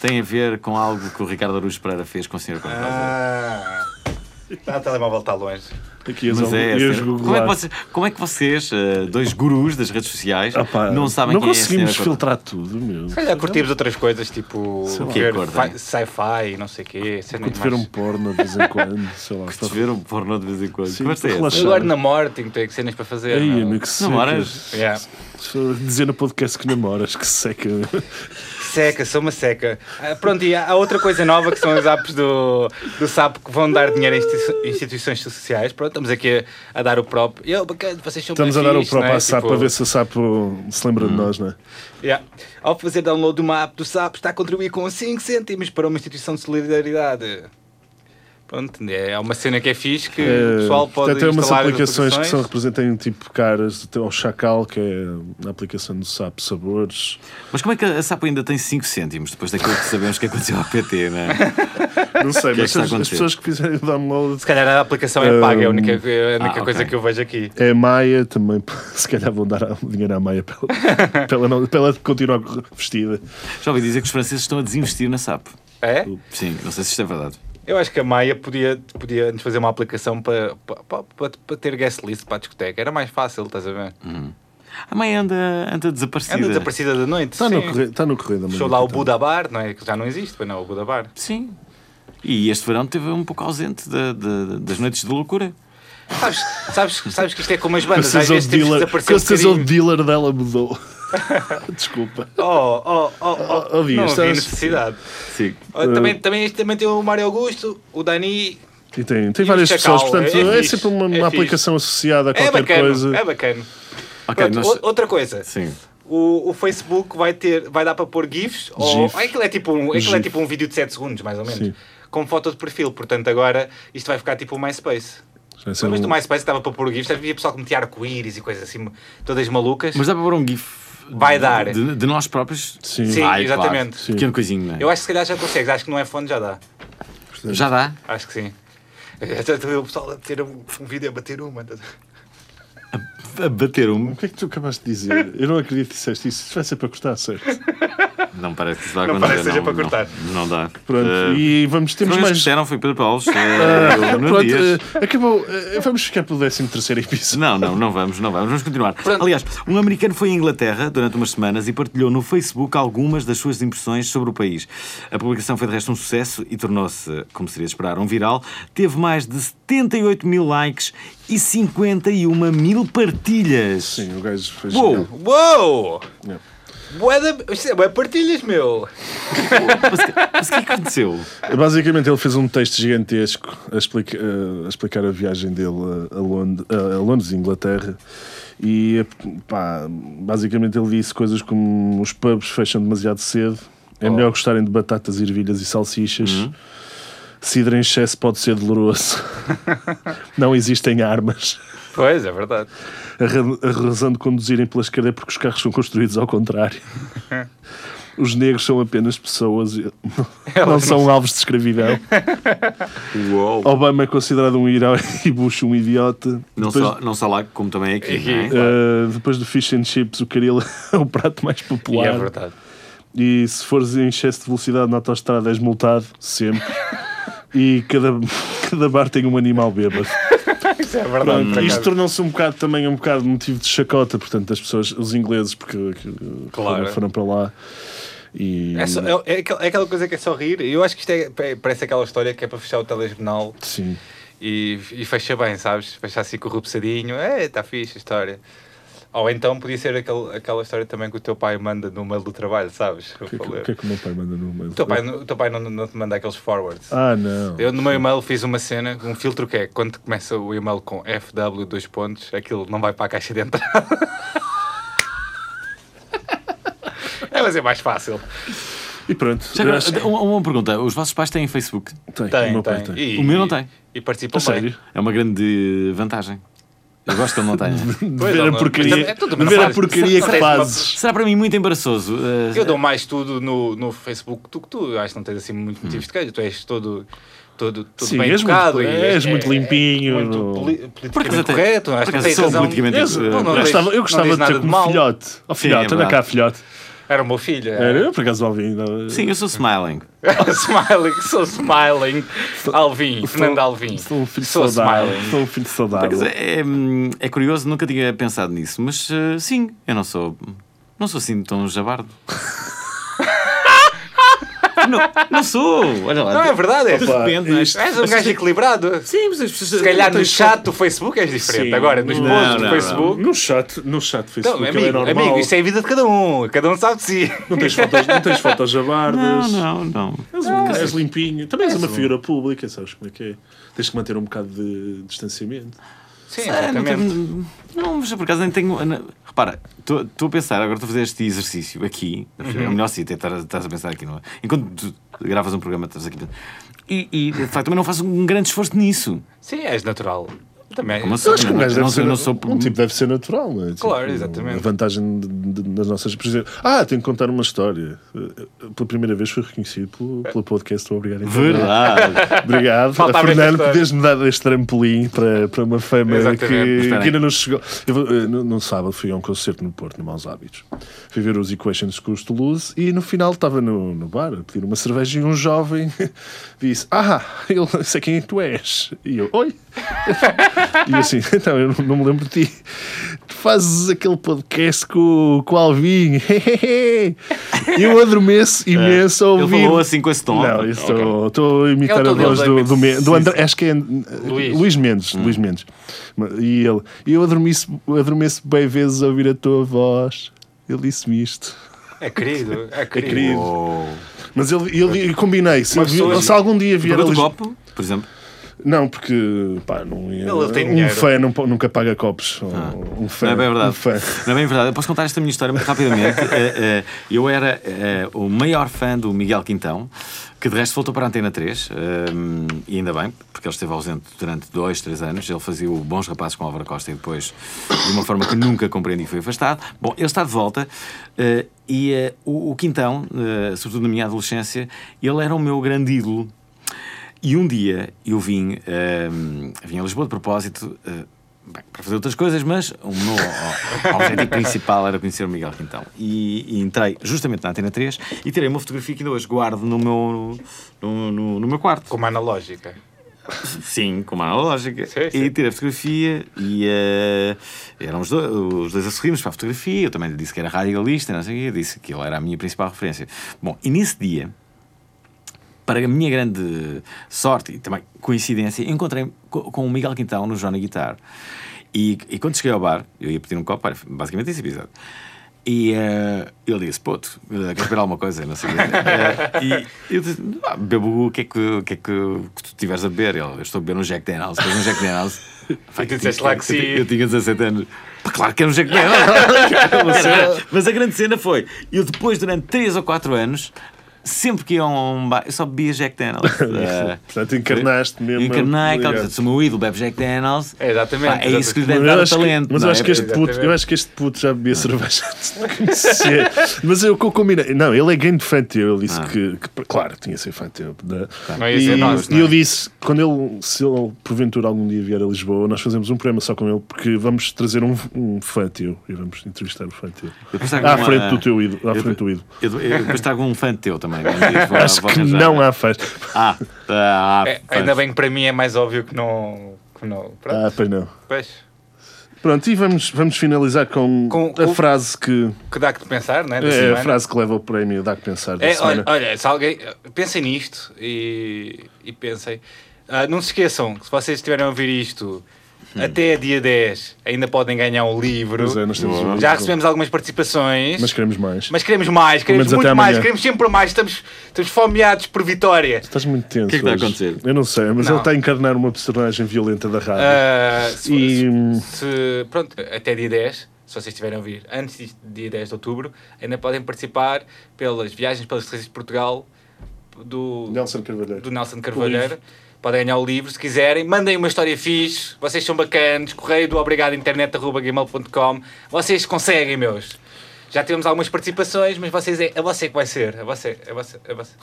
A: tem a ver com algo que o Ricardo Aruz Pereira fez com a Senhora Cor-de-Rosa.
B: Ah, está a telemóvel está longe.
C: Aqui um as
A: Mas é, a
C: e as
A: senhora- como, é que
C: googlar.
A: vocês, como é que vocês, eh, dois gurus das redes sociais,
C: Ah, pá,
A: não sabem
C: não
A: quem é a Senhora
C: conseguimos
A: Cor-de-Rosa?
C: filtrar tudo, meu.
B: Se calhar curtimos outras coisas, tipo
C: Sei lá.
A: Que
B: ver
A: acordo,
B: fi-
A: hein?
B: sci-fi, não sei o quê. cenas
C: Quando tiver
B: mais-
C: um porno de vez em quando, sei
A: [laughs]
C: lá. tá-
A: Te ver um pornô de vez em quando.
C: Sim,
A: Que gosto é esse?
C: relaxa.
B: Eu agora namoro, tenho tenho que cenas para fazer.
C: Aí,
B: não. é?
C: amigo, é que seca.
A: Namoras?
B: Yeah.
C: Só Dizer no podcast que namoras, que seca.
B: Seca, sou uma seca. Ah, pronto, e há há outra coisa nova que são os apps do, do SAP que vão dar dinheiro a institui- instituições sociais. Pronto, estamos aqui a, a dar o próprio. Eu, bacana, vocês são
C: [laughs] Estamos a
B: bem
C: dar o
B: fixe,
C: próprio
B: não é?
C: à SAP
B: Tipo,
C: para ver se a SAP se lembra
A: Hum.
C: de nós, não é?
B: Yeah. Ao fazer download de uma app do SAP, está a contribuir com 5 cêntimos para uma instituição de solidariedade. Pronto, é uma cena que é fixe que o pessoal pode
C: Portanto, é umas
B: instalar as
C: aplicações que
B: aplicações.
C: são, representam tipo caras. Tem o Chacal, que é a aplicação do SAP Sabores.
A: Mas como é que a Sapo ainda tem 5 cêntimos depois daquilo que sabemos que aconteceu ao PT, não
B: [laughs]
A: é?
C: Não sei,
A: que
C: mas
A: está a
C: as, as
A: acontecer?
C: pessoas que fizerem o download.
B: Se calhar a aplicação
C: Eh,
B: é paga, é a única, é a
A: Ah,
B: única
A: ok.
B: coisa que eu vejo aqui.
C: É a Maia também, [laughs] se calhar vão dar dinheiro à
B: [laughs]
C: Maia pela, pela, não, pela continuar vestida.
A: Já ouvi dizer que os franceses estão a desinvestir na SAP.
B: É?
A: Sim, não sei se isto é verdade.
B: Eu acho que a Maia podia, podia nos fazer uma aplicação para, para, para, para ter guest list para a discoteca. Era mais fácil, estás a ver?
C: Hum.
A: A mãe anda, anda desaparecida.
B: Anda desaparecida da noite.
C: Está no,
B: sim.
C: correio, está no correio da então. manhã.
B: Fechou lá o
C: portanto.
B: Buda Bar, não é? Que já não existe, pois não, o Buda Bar.
A: Sim. E este verão esteve um pouco ausente da- da- das noites de loucura.
B: Sabes, sabes, sabes que isto é como as bandas, às
C: Certeza
B: vezes
C: o
B: temos que
C: dealer,
B: desaparecer um
C: com certeza o
B: bocadinho.
C: dealer dela
B: [laughs]
C: mudou. Desculpa.
B: Oh, oh, oh, oh,
C: Oh, oh, Dias,
B: não havia
C: estás-
B: necessidade.
A: Sim.
B: Oh,
C: Uh.
B: também, também, também tem o Mário Augusto, o Dani.
C: E tem, tem
B: E
C: várias
B: o chacal,
C: pessoas, portanto,
B: é
C: é,
B: fixe,
C: sempre uma,
B: é
C: uma
B: fixe.
C: aplicação associada a
B: É
C: qualquer
B: bacana,
C: coisa.
B: é bacana.
A: Ok,
B: Pronto,
A: nós-
B: o- Outra coisa.
A: Sim.
B: O, o Facebook vai ter, vai dar para pôr GIFs, ou
C: GIF.
B: ou aquilo é tipo um, aquilo é
C: GIF.
B: tipo um vídeo de 7 segundos, mais ou menos,
C: Sim.
B: com foto de perfil, portanto agora isto vai ficar tipo o MySpace.
C: Já sei
B: Mas
C: um-
B: do MySpace estava para pôr GIFs, havia pessoal que metia arco-íris e coisas assim, todas malucas.
A: Mas dá para pôr um GIF. de-
B: Vai dar.
A: De, de nós próprios?
C: Sim.
B: Sim,
A: Vai, claro.
B: exatamente.
C: Sim.
A: Pequeno coisinho, não é?
B: Eu acho que se calhar já consegues, acho que no iPhone já dá,
A: Já dá.
B: acho que sim. [laughs] Já estou a ver o pessoal a ter um, um vídeo a bater uma.
A: A bater um.
C: O que é que tu acabaste de dizer? Eu não acredito que disseste isso. Isso vai ser para cortar, certo?
A: Não parece que isso vai
B: Não
A: acontecer.
B: parece que seja para
A: não-
B: cortar.
A: Não, dá.
C: Pronto.
A: Eh,
C: e vamos, temos
A: Temos mais...
C: mais.
A: disseram foi Pedro
C: [laughs]
A: Paulos. eh, Nuno
C: Pronto,
A: Dias.
C: eh, acabou. Eh, vamos ficar pelo 13 terceiro episódio.
A: Não, não, não vamos, não vamos, vamos continuar. Aliás, um americano foi à Inglaterra durante umas semanas e partilhou no Facebook algumas das suas impressões sobre o país. A publicação foi de resto um sucesso e tornou-se, como seria de esperar, um viral. Teve mais de 78 mil likes e 51 mil partilhas.
C: Sim, o gajo foi
A: Uou!
C: genial.
B: Uou!
C: Não.
B: Bué da- isto é bué partilhas, meu!
A: Mas o que é que aconteceu?
C: Basicamente, ele fez um texto gigantesco a, explica- a explicar a viagem dele a, a Lond- a- a Londres, Inglaterra. E pá, basicamente, ele disse coisas como: os pubs fecham demasiado cedo, é melhor gostarem de batatas, ervilhas e salsichas. Cidra em excesso pode ser doloroso. Não existem armas.
B: Pois, é verdade.
C: A, ra- a razão de conduzirem pela esquerda é porque os carros são construídos ao contrário. Os negros são apenas pessoas, e não
B: Elas
C: são alvos de escravidão.
A: Uou.
C: Obama é considerado um herói [laughs] e Bush um idiota.
A: Não,
C: depois,
A: só, não só lá, como também aqui, não é?
C: eh, depois do fish and chips, o caril [laughs] é o prato mais
B: E é
C: popular.
B: verdade.
C: E, se fores em excesso de velocidade na autostrada és multado, sempre. e cada, [laughs] cada bar tem um animal bêbado.
B: Isso é verdade.
C: Pronto,
B: por acaso.
C: isto tornou-se um bocado também um bocado motivo de chacota, portanto, das pessoas, os ingleses, porque que- que
B: Claro.
C: foram, foram para lá. E,
B: É, só- é- é aquel- é aquela coisa que é só rir. Eu acho que isto é, pa- parece aquela história que é para fechar o telejornal
C: Sim.
B: e, e fecha bem, sabes? Fecha assim com o rupsadinho. É, está fixe a história. Ou então podia ser aquele, aquela história também que o teu pai manda no mail do trabalho, sabes?
C: O que, é que- o que é que o meu pai manda no meu?
B: O teu pai, não- o teu pai não, não te manda aqueles forwards.
C: Ah, não.
B: Eu no meu e-mail fiz uma cena, um filtro que é quando começa o e-mail com FW dois pontos, aquilo não vai para a caixa de entrada. [laughs] é, mas é mais fácil.
C: E pronto.
A: Já agora,
C: acho que-
A: uma, uma pergunta. Os vossos pais têm Facebook?
C: Tem, o
B: Tem,
C: meu pai
B: tem.
C: tem.
B: E,
A: O meu não tem.
B: E
C: A
B: participa
C: sério.
A: É uma grande vantagem. Eu gosto que ele não
C: [laughs]
A: tenha.
C: De
B: Pois,
C: ver a
B: não, mas
C: porcaria,
B: é tudo,
C: de
B: mas
C: ver
B: não
C: a
B: faz-
C: porcaria
B: não
C: que
B: tens uma-
C: fazes.
A: Será para mim muito embaraçoso. eh,
B: Eu dou mais tudo no, no Facebook do que tu. Acho que não tens assim muito motivos de queijo. Tu és todo, todo, todo
C: Hum. Sim,
B: bem
C: és muito-
B: educado. e é
C: és muito limpinho,
B: muito
C: não-
B: poli-
A: acaso
B: politicamente
A: até-
B: correto. Acho
A: por
B: que
A: acaso
B: tens
A: sou
B: razão.
A: politicamente-
C: Eu,
A: Não,
B: não
C: eu
B: diz-
C: gostava, eu
B: não
C: gostava
B: diz
C: de ter
B: nada de
C: como
B: mal.
C: filhote. Ó
A: é
C: filhote, anda
A: verdade.
C: cá, filhote.
B: Era o meu filho.
C: Era
B: Era,
C: eu, por acaso, ouvi. não-
A: Sim, eu sou smiling.
C: Tá
B: [laughs] o smiling. Sou smiling. Alvin. Fernando Alvin.
C: Sou um filho
B: Sou
C: saudável.
B: smiling.
C: Sou um filho
A: Por acaso,
C: saudável.
A: é, hum, é curioso, nunca tinha pensado nisso, mas eh, sim, eu não sou. Não sou assim tão jabardo. [laughs] não, não sou! Olha lá.
B: Não, é verdade.
A: De
B: És,
A: repente, não é?
C: isto-
B: és um gajo equilibrado.
A: Sim, mas as pessoas.
B: Se calhar no
A: tens-
B: chat do Facebook és diferente.
C: Sim.
B: Agora, nos
C: Não,
B: posts do
A: não,
B: Facebook.
C: No chat, no chat
B: Não,
C: Facebook ele é
B: amigo,
C: normal.
B: amigo, isto é a vida de cada um. Cada um sabe de si.
C: Não tens fotos, não tens fotos jabardas.
A: Não, não, não.
C: És, um-
B: Ah.
C: és limpinho. Também és uma
B: um-
C: figura pública, sabes como é que é? Tens que manter um bocado de distanciamento.
B: Sim,
A: Ah, não,
B: exatamente.
A: tenho- não, mas eu por acaso nem tenho. não- repara, estou a pensar, agora estou a fazer este exercício aqui.
C: Uhum.
A: É o melhor sítio, é estar a- estás a pensar aqui, não é? Enquanto tu gravas um programa, estás aqui. E, e de facto também não faço um grande esforço nisso.
B: Sim, és natural. Também. é
A: Como assim?
C: Acho que um
A: Eu não
C: gajo deve
A: sou- eu
C: ser,
A: não sou-
C: um tipo deve ser natural, não é? Tipo,
B: Claro, exatamente.
C: A vantagem de- de- das nossas. por exemplo, Ah, tenho que contar uma história. Eh, Pela primeira vez fui reconhecido pelo, pelo podcast do Obrigado. Internet.
A: Verdade.
C: Obrigado.
B: Faltava esta
C: Fernando,
B: história.
C: podias-me dar este trampolim para, para uma fama
B: Exatamente,
C: que,
B: mas
A: espera aí.
C: que ainda não chegou. Eu vou- eh, no, no sábado fui a um concerto no Porto, no Maus Hábitos. Fui ver os Equations com os Toulouse e no final estava no, no bar a pedir uma cerveja e um jovem [laughs] disse: Ah, eu sei quem tu és. E eu: Oi. [laughs] E eu assim, [laughs] então eu não, não me lembro de ti. Tu fazes aquele podcast com, com o Alvin. [laughs] Eu adormeço imenso a
A: Ele
C: ouvir.
A: falou assim com esse tom.
C: Não, isso estou estou a
B: É
C: imitar
B: o
C: a
B: tom dele,
C: voz
B: do
C: do,
B: Mendes.
C: do, Me- do
B: Sim,
C: André. Acho que é
B: Luís.
C: Luís, Mendes.
A: Hum.
C: Luís Mendes. E ele. E eu adormeço, adormeço bem vezes a ouvir a tua voz. Ele disse-me isto.
B: É querido. É querido.
C: assim? querido.
A: Ou-
C: Mas ele, ele, eu combinei. Se,
B: Uma
C: ele vi-
B: pessoa-
C: se algum dia vier a
A: Bebeu do
C: Lisboa.
A: um copo, por exemplo.
C: Não, porque. Pá, não ia-
B: Ele tem
C: um
B: dinheiro.
C: fã não po- nunca paga copos. Um fã.
A: Não é bem verdade.
C: Um fã.
A: Não é bem verdade. Eu posso contar esta minha história muito
C: [laughs]
A: rapidamente. Eh, eh, eu era eh, o maior fã do Miguel Quintão, que de resto voltou para a Antena 3, ehm, e ainda bem, porque ele esteve ausente durante dois, três anos. Ele fazia o Bons Rapazes com Álvaro Costa e depois, de uma forma que nunca compreendi, foi afastado. Bom, ele está de volta. eh, e eh, o, o Quintão, eh, sobretudo na minha adolescência, ele era o meu grande ídolo. E um dia eu vim, ehm, vim a Lisboa de propósito eh, bem, para fazer outras coisas, mas o meu o- o objetivo principal era conhecer o Miguel Quintão. E, e entrei justamente na Antena 3 e tirei uma fotografia que ainda hoje guardo no meu, no, no- no meu quarto.
B: Como analógica.
A: Sim, com uma analógica.
B: Sim, sim.
A: E tirei a fotografia e eh, eram os dois, os dois a sorrirmos para a fotografia. Eu também lhe disse que era radialista, não sei o quê, disse que ele era a minha principal referência. Bom, e nesse dia, para a minha grande sorte e também coincidência, encontrei-me co- com o Miguel Quintão no Joana Guitar. E, e quando cheguei ao bar, eu ia pedir um copo, era basicamente esse episódio. E eh, ele disse: Puto, eh, queres beber alguma coisa? Não sei. o quê. Eh, e eu disse: "Ah, Bebo o que é que, o que, é que, que tu tiveres a beber? Ele: Eu estou a beber um Jack Daniels. Queres um Jack Daniels? Pá,
B: [laughs] E tu
A: eu
B: disseste
A: tinha-
B: lá que sim.
A: Eu tinha 17 anos. Pá, claro que era um Jack
B: [laughs]
C: um
A: Daniels. Mas a grande cena foi, eu depois, durante 3 ou 4 anos, sempre que ia a um bar, eu só bebia Jack
C: [laughs]
A: Daniels. Eh,
C: Portanto, encarnaste mesmo.
A: Encarnei,
C: Obrigado.
A: claro, se o meu ídolo bebe Jack Daniels,
B: É, exatamente,
A: pá, é isso que lhe
B: exatamente.
A: deve
C: Mas eu
A: dar o
C: acho que-
A: talento.
C: mas eu
A: não
C: acho
A: é?
C: que este puto, eu acho que este puto já bebia cerveja antes de conhecer. mas eu co- combinei. Não, ele é grande fã teu. Ele disse
A: Ah.
C: que, que- claro, tinha sido fã teu. né?
B: Não,
C: E,
B: isso é nós,
C: e
B: não é?
C: eu disse, quando ele, se ele porventura algum dia vier a Lisboa, nós fazemos um programa só com ele, porque vamos trazer um, um fã teu e vamos entrevistar o fã teu.
A: Depois trago
C: À
A: É uma-
C: frente do teu ídolo. À
A: eu-
C: frente do ídolo.
A: Eu, eu, eu depois trago um fã teu também. um dia vou-
C: [laughs] Acho
A: vou
C: que
A: arranjar.
C: não há fãs.
A: Ah, tá, ah,
B: É,
A: faz.
B: ainda bem que para mim é mais óbvio que não. Que não. Pronto,
C: Ah, pois não.
B: pois.
C: Pronto, e vamos, vamos finalizar com,
B: Com-
C: a
B: com-
C: frase que.
B: Que dá que pensar, né? Da
C: É a
B: semana.
C: frase que leva o prémio, dá que pensar. Da
B: É,
C: semana.
B: olha, olha, se alguém. Pensem nisto e, e pensem. Ah, não se esqueçam que se vocês estiverem a ouvir isto até dia 10 ainda podem ganhar um livro.
C: Hum. Pois é, nós temos um
B: Já
C: livro.
B: recebemos algumas participações.
C: Mas queremos mais.
B: Mas queremos mais, queremos
C: menos até
B: muito mais,
C: amanhã.
B: queremos sempre mais. Estamos, estamos fomeados por vitória.
C: Estás muito tenso. O
A: que é que vai acontecer?
C: Eu não sei, mas
B: Não.
C: ele está a encarnar uma personagem violenta da rádio.
B: Ah, se,
C: E- hum,
B: se- pronto, até dia 10, se vocês estiverem a ouvir antes de dia 10 de outubro, ainda podem participar pelas viagens pelas terras de Portugal do
C: Nelson Carvalheiro.
B: do Nelson
C: O
B: Carvalheiro.
C: livro.
B: Podem ganhar o livro se quiserem. Mandem uma história fixe. Vocês são bacanas. Correio do obrigado internet.gmail.com. Vocês conseguem, meus. Já tivemos algumas participações, mas vocês é, é você que vai ser. É você, é você, é
C: [laughs]
B: você.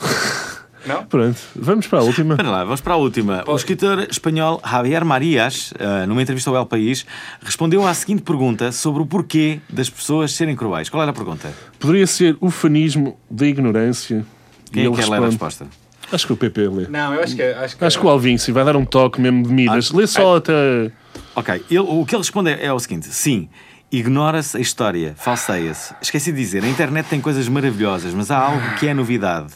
B: Não?
C: Pronto, vamos para
A: [laughs]
C: a última.
A: Espera lá, vamos para a última. O escritor espanhol Javier Marias, eh, numa entrevista ao El País, respondeu à seguinte pergunta sobre o porquê das pessoas serem cruéis. Qual era a pergunta?
C: Poderia ser o fanismo da ignorância.
A: Quem
C: E
A: é que
C: ele
A: ela era a
C: responde-
A: resposta?
C: Acho que o PP lê.
B: Não, eu acho que. é, Acho que,
C: Acho que o Alvin, sim, vai dar um toque mesmo de Midas. Lê só até.
A: Ok, ele- o que ele responde é, é o seguinte: sim, ignora-se a história, falseia-se. Esqueci de dizer, a internet tem coisas maravilhosas, mas há algo que é novidade.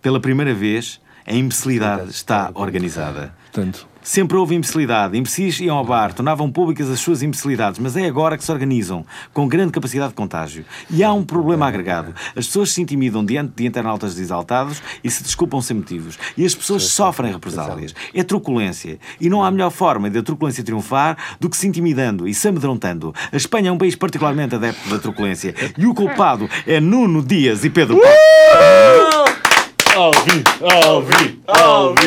A: Pela primeira vez, a imbecilidade está organizada.
C: Portanto,
A: Sempre houve imbecilidade. Imbecis iam ao bar, tornavam públicas as suas imbecilidades, mas é agora que se organizam, com grande capacidade de contágio. E há um problema agregado. As pessoas se intimidam diante de internautas exaltados e se desculpam sem motivos. E as pessoas sofrem represálias. É truculência. E não há melhor forma de a truculência triunfar do que se intimidando e se amedrontando. A Espanha é um país particularmente adepto da truculência. E o culpado é Nuno Dias e Pedro Passos.
C: Alvin, Alvin, Alvin, Alvin.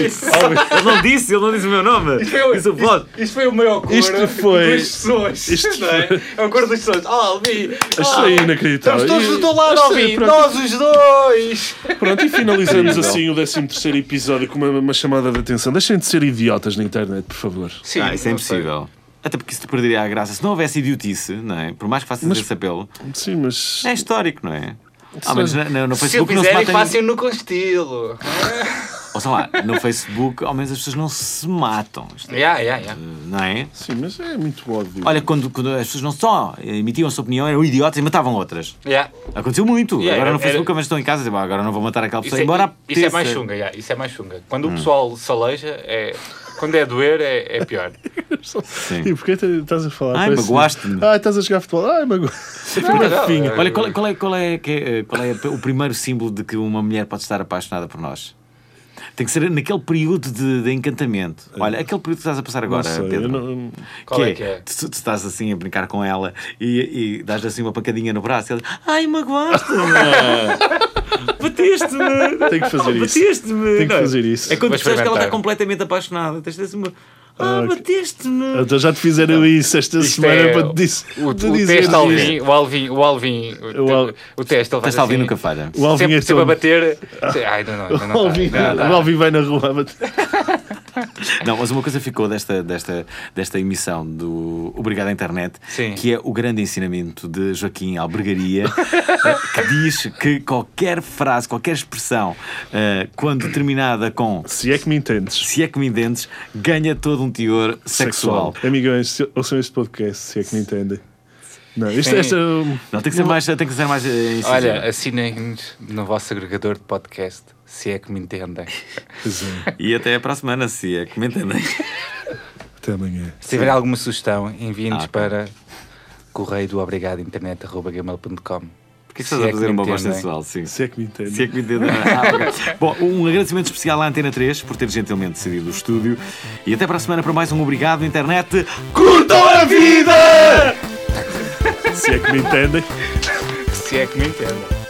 A: Ele não disse, ele não disse o meu nome. Isso é o plot.
B: Isto foi o maior cor
C: Isto foi-
B: dos pessoas.
C: isto
B: não é? É o cor dos pessoas. Oh, Alvi!
C: Isto é inacreditável.
B: Estamos todos do
C: E-
B: teu lado,
C: Isto é-
B: Alvi!
C: pronto.
B: Nós os dois!
C: Pronto, e finalizamos assim o 13 episódio com uma, uma chamada de atenção. Deixem de ser idiotas na internet, por favor.
B: Sim,
A: ah, isso é
B: não sei.
A: impossível. Até porque isso te perderia a graça. Se não houvesse idiotice, não é? Por mais que faças esse apelo,
C: Sim, mas.
A: é histórico, não é? Ao menos na- na- no
B: Se eu
A: Facebook não se
B: fizerem,
A: matem.
B: façam-no com estilo.
A: Ou sei lá, no
B: [laughs]
A: Facebook, ao menos as pessoas não se matam. Isto,
B: Yeah, yeah, yeah.
A: Não é?
C: Sim, mas é muito óbvio.
A: Olha, quando, quando as pessoas não só emitiam a sua opinião, eram idiotas e matavam outras.
B: Yeah.
A: Aconteceu muito.
B: Yeah,
A: agora no
B: era-
A: Facebook, ao menos estão em casa, dizem, "Bah, agora não vou matar aquela
B: Isso,
A: pessoa,
B: é,
A: embora
B: isso é mais
A: apeteça."
B: chunga, yeah, isso é mais chunga. Quando o pessoal se aleija, é... quando é doer, é, é pior.
C: E porquê te- estás a falar?
A: Ai,
C: Parece-
A: magoaste-me.
C: Ai, estás a jogar futebol. Ai, magoaste.
B: Não,
A: Olha, qual, é- qual é, qual, é, que é- qual é o primeiro símbolo de que uma mulher pode estar apaixonada por nós? Tem que ser naquele período de, de encantamento. Olha, aquele período que estás a passar agora,
C: Eh, Não sei,
A: Pedro.
C: eu não-
B: Qual é que é?
A: Tu, tu estás assim a brincar com ela e, e dás-lhe assim uma pancadinha no braço e ela diz: Ai,
C: [laughs]
A: magoaste-me! Bateste-me! Ah,
C: Tenho que fazer isso.
A: Bateste-me!
C: Tenho que
A: Não.
C: fazer isso.
A: É quando
B: Vou
A: tu sabes que ela
B: experimentar.
A: está completamente apaixonada. Tens de assim uma. Ah,
C: Ah, ok.
A: bateste-me!
C: Então já te fizeram isso esta
B: Isto
C: semana
B: é
C: para te dis-
B: o, o
C: te dizer
B: teste
C: isto.
B: Alvin, o Alvin, o Alvin, o,
C: O Al-
B: o teste, ele faz
A: Estás a ouvir
B: assim,
A: nunca falha.
C: O Alvin
B: sempre,
C: é
B: sempre a
C: tão-
B: bater. Ai, não, não, não,
C: O Alvin, o Alvin é vai na rua. a bater.
A: Não, mas uma coisa ficou desta, desta, desta emissão do Obrigado à Internet,
B: Sim.
A: que é o grande ensinamento de Joaquim
B: [laughs]
A: Albergaria, que diz que qualquer frase, qualquer expressão, eh, quando terminada com
C: Se é que me entendes.
A: se é que me entendes, ganha todo um teor sexual.
C: Amigões, se- ouçam é este podcast, se é que me entendem. Não, isto
B: Sim.
C: esta é um-
A: Não, tem que ser mais, tem que ser mais eh, incisivo.
B: Olha, assinem-nos no vosso agregador de podcast, se é que me entendem.
C: Pois é,
A: E até para a semana, se é que me
B: [laughs]
A: entendem.
C: Até amanhã.
B: Se tiver alguma sugestão, enviem-nos
A: Ah, ok.
B: para correio do obrigadointernet.gmail.com
A: Porque é
B: é
A: estás a fazer uma voz sensual, sim.
C: Se é que me entendes.
A: Se é que me entendem. Ah, ok. Bom, um agradecimento especial à Antena 3 por ter gentilmente cedido o estúdio. E até para a semana para mais um Obrigado Internet.
C: Curtam a vida! Se é que me entendem.
B: Se é que me entendem.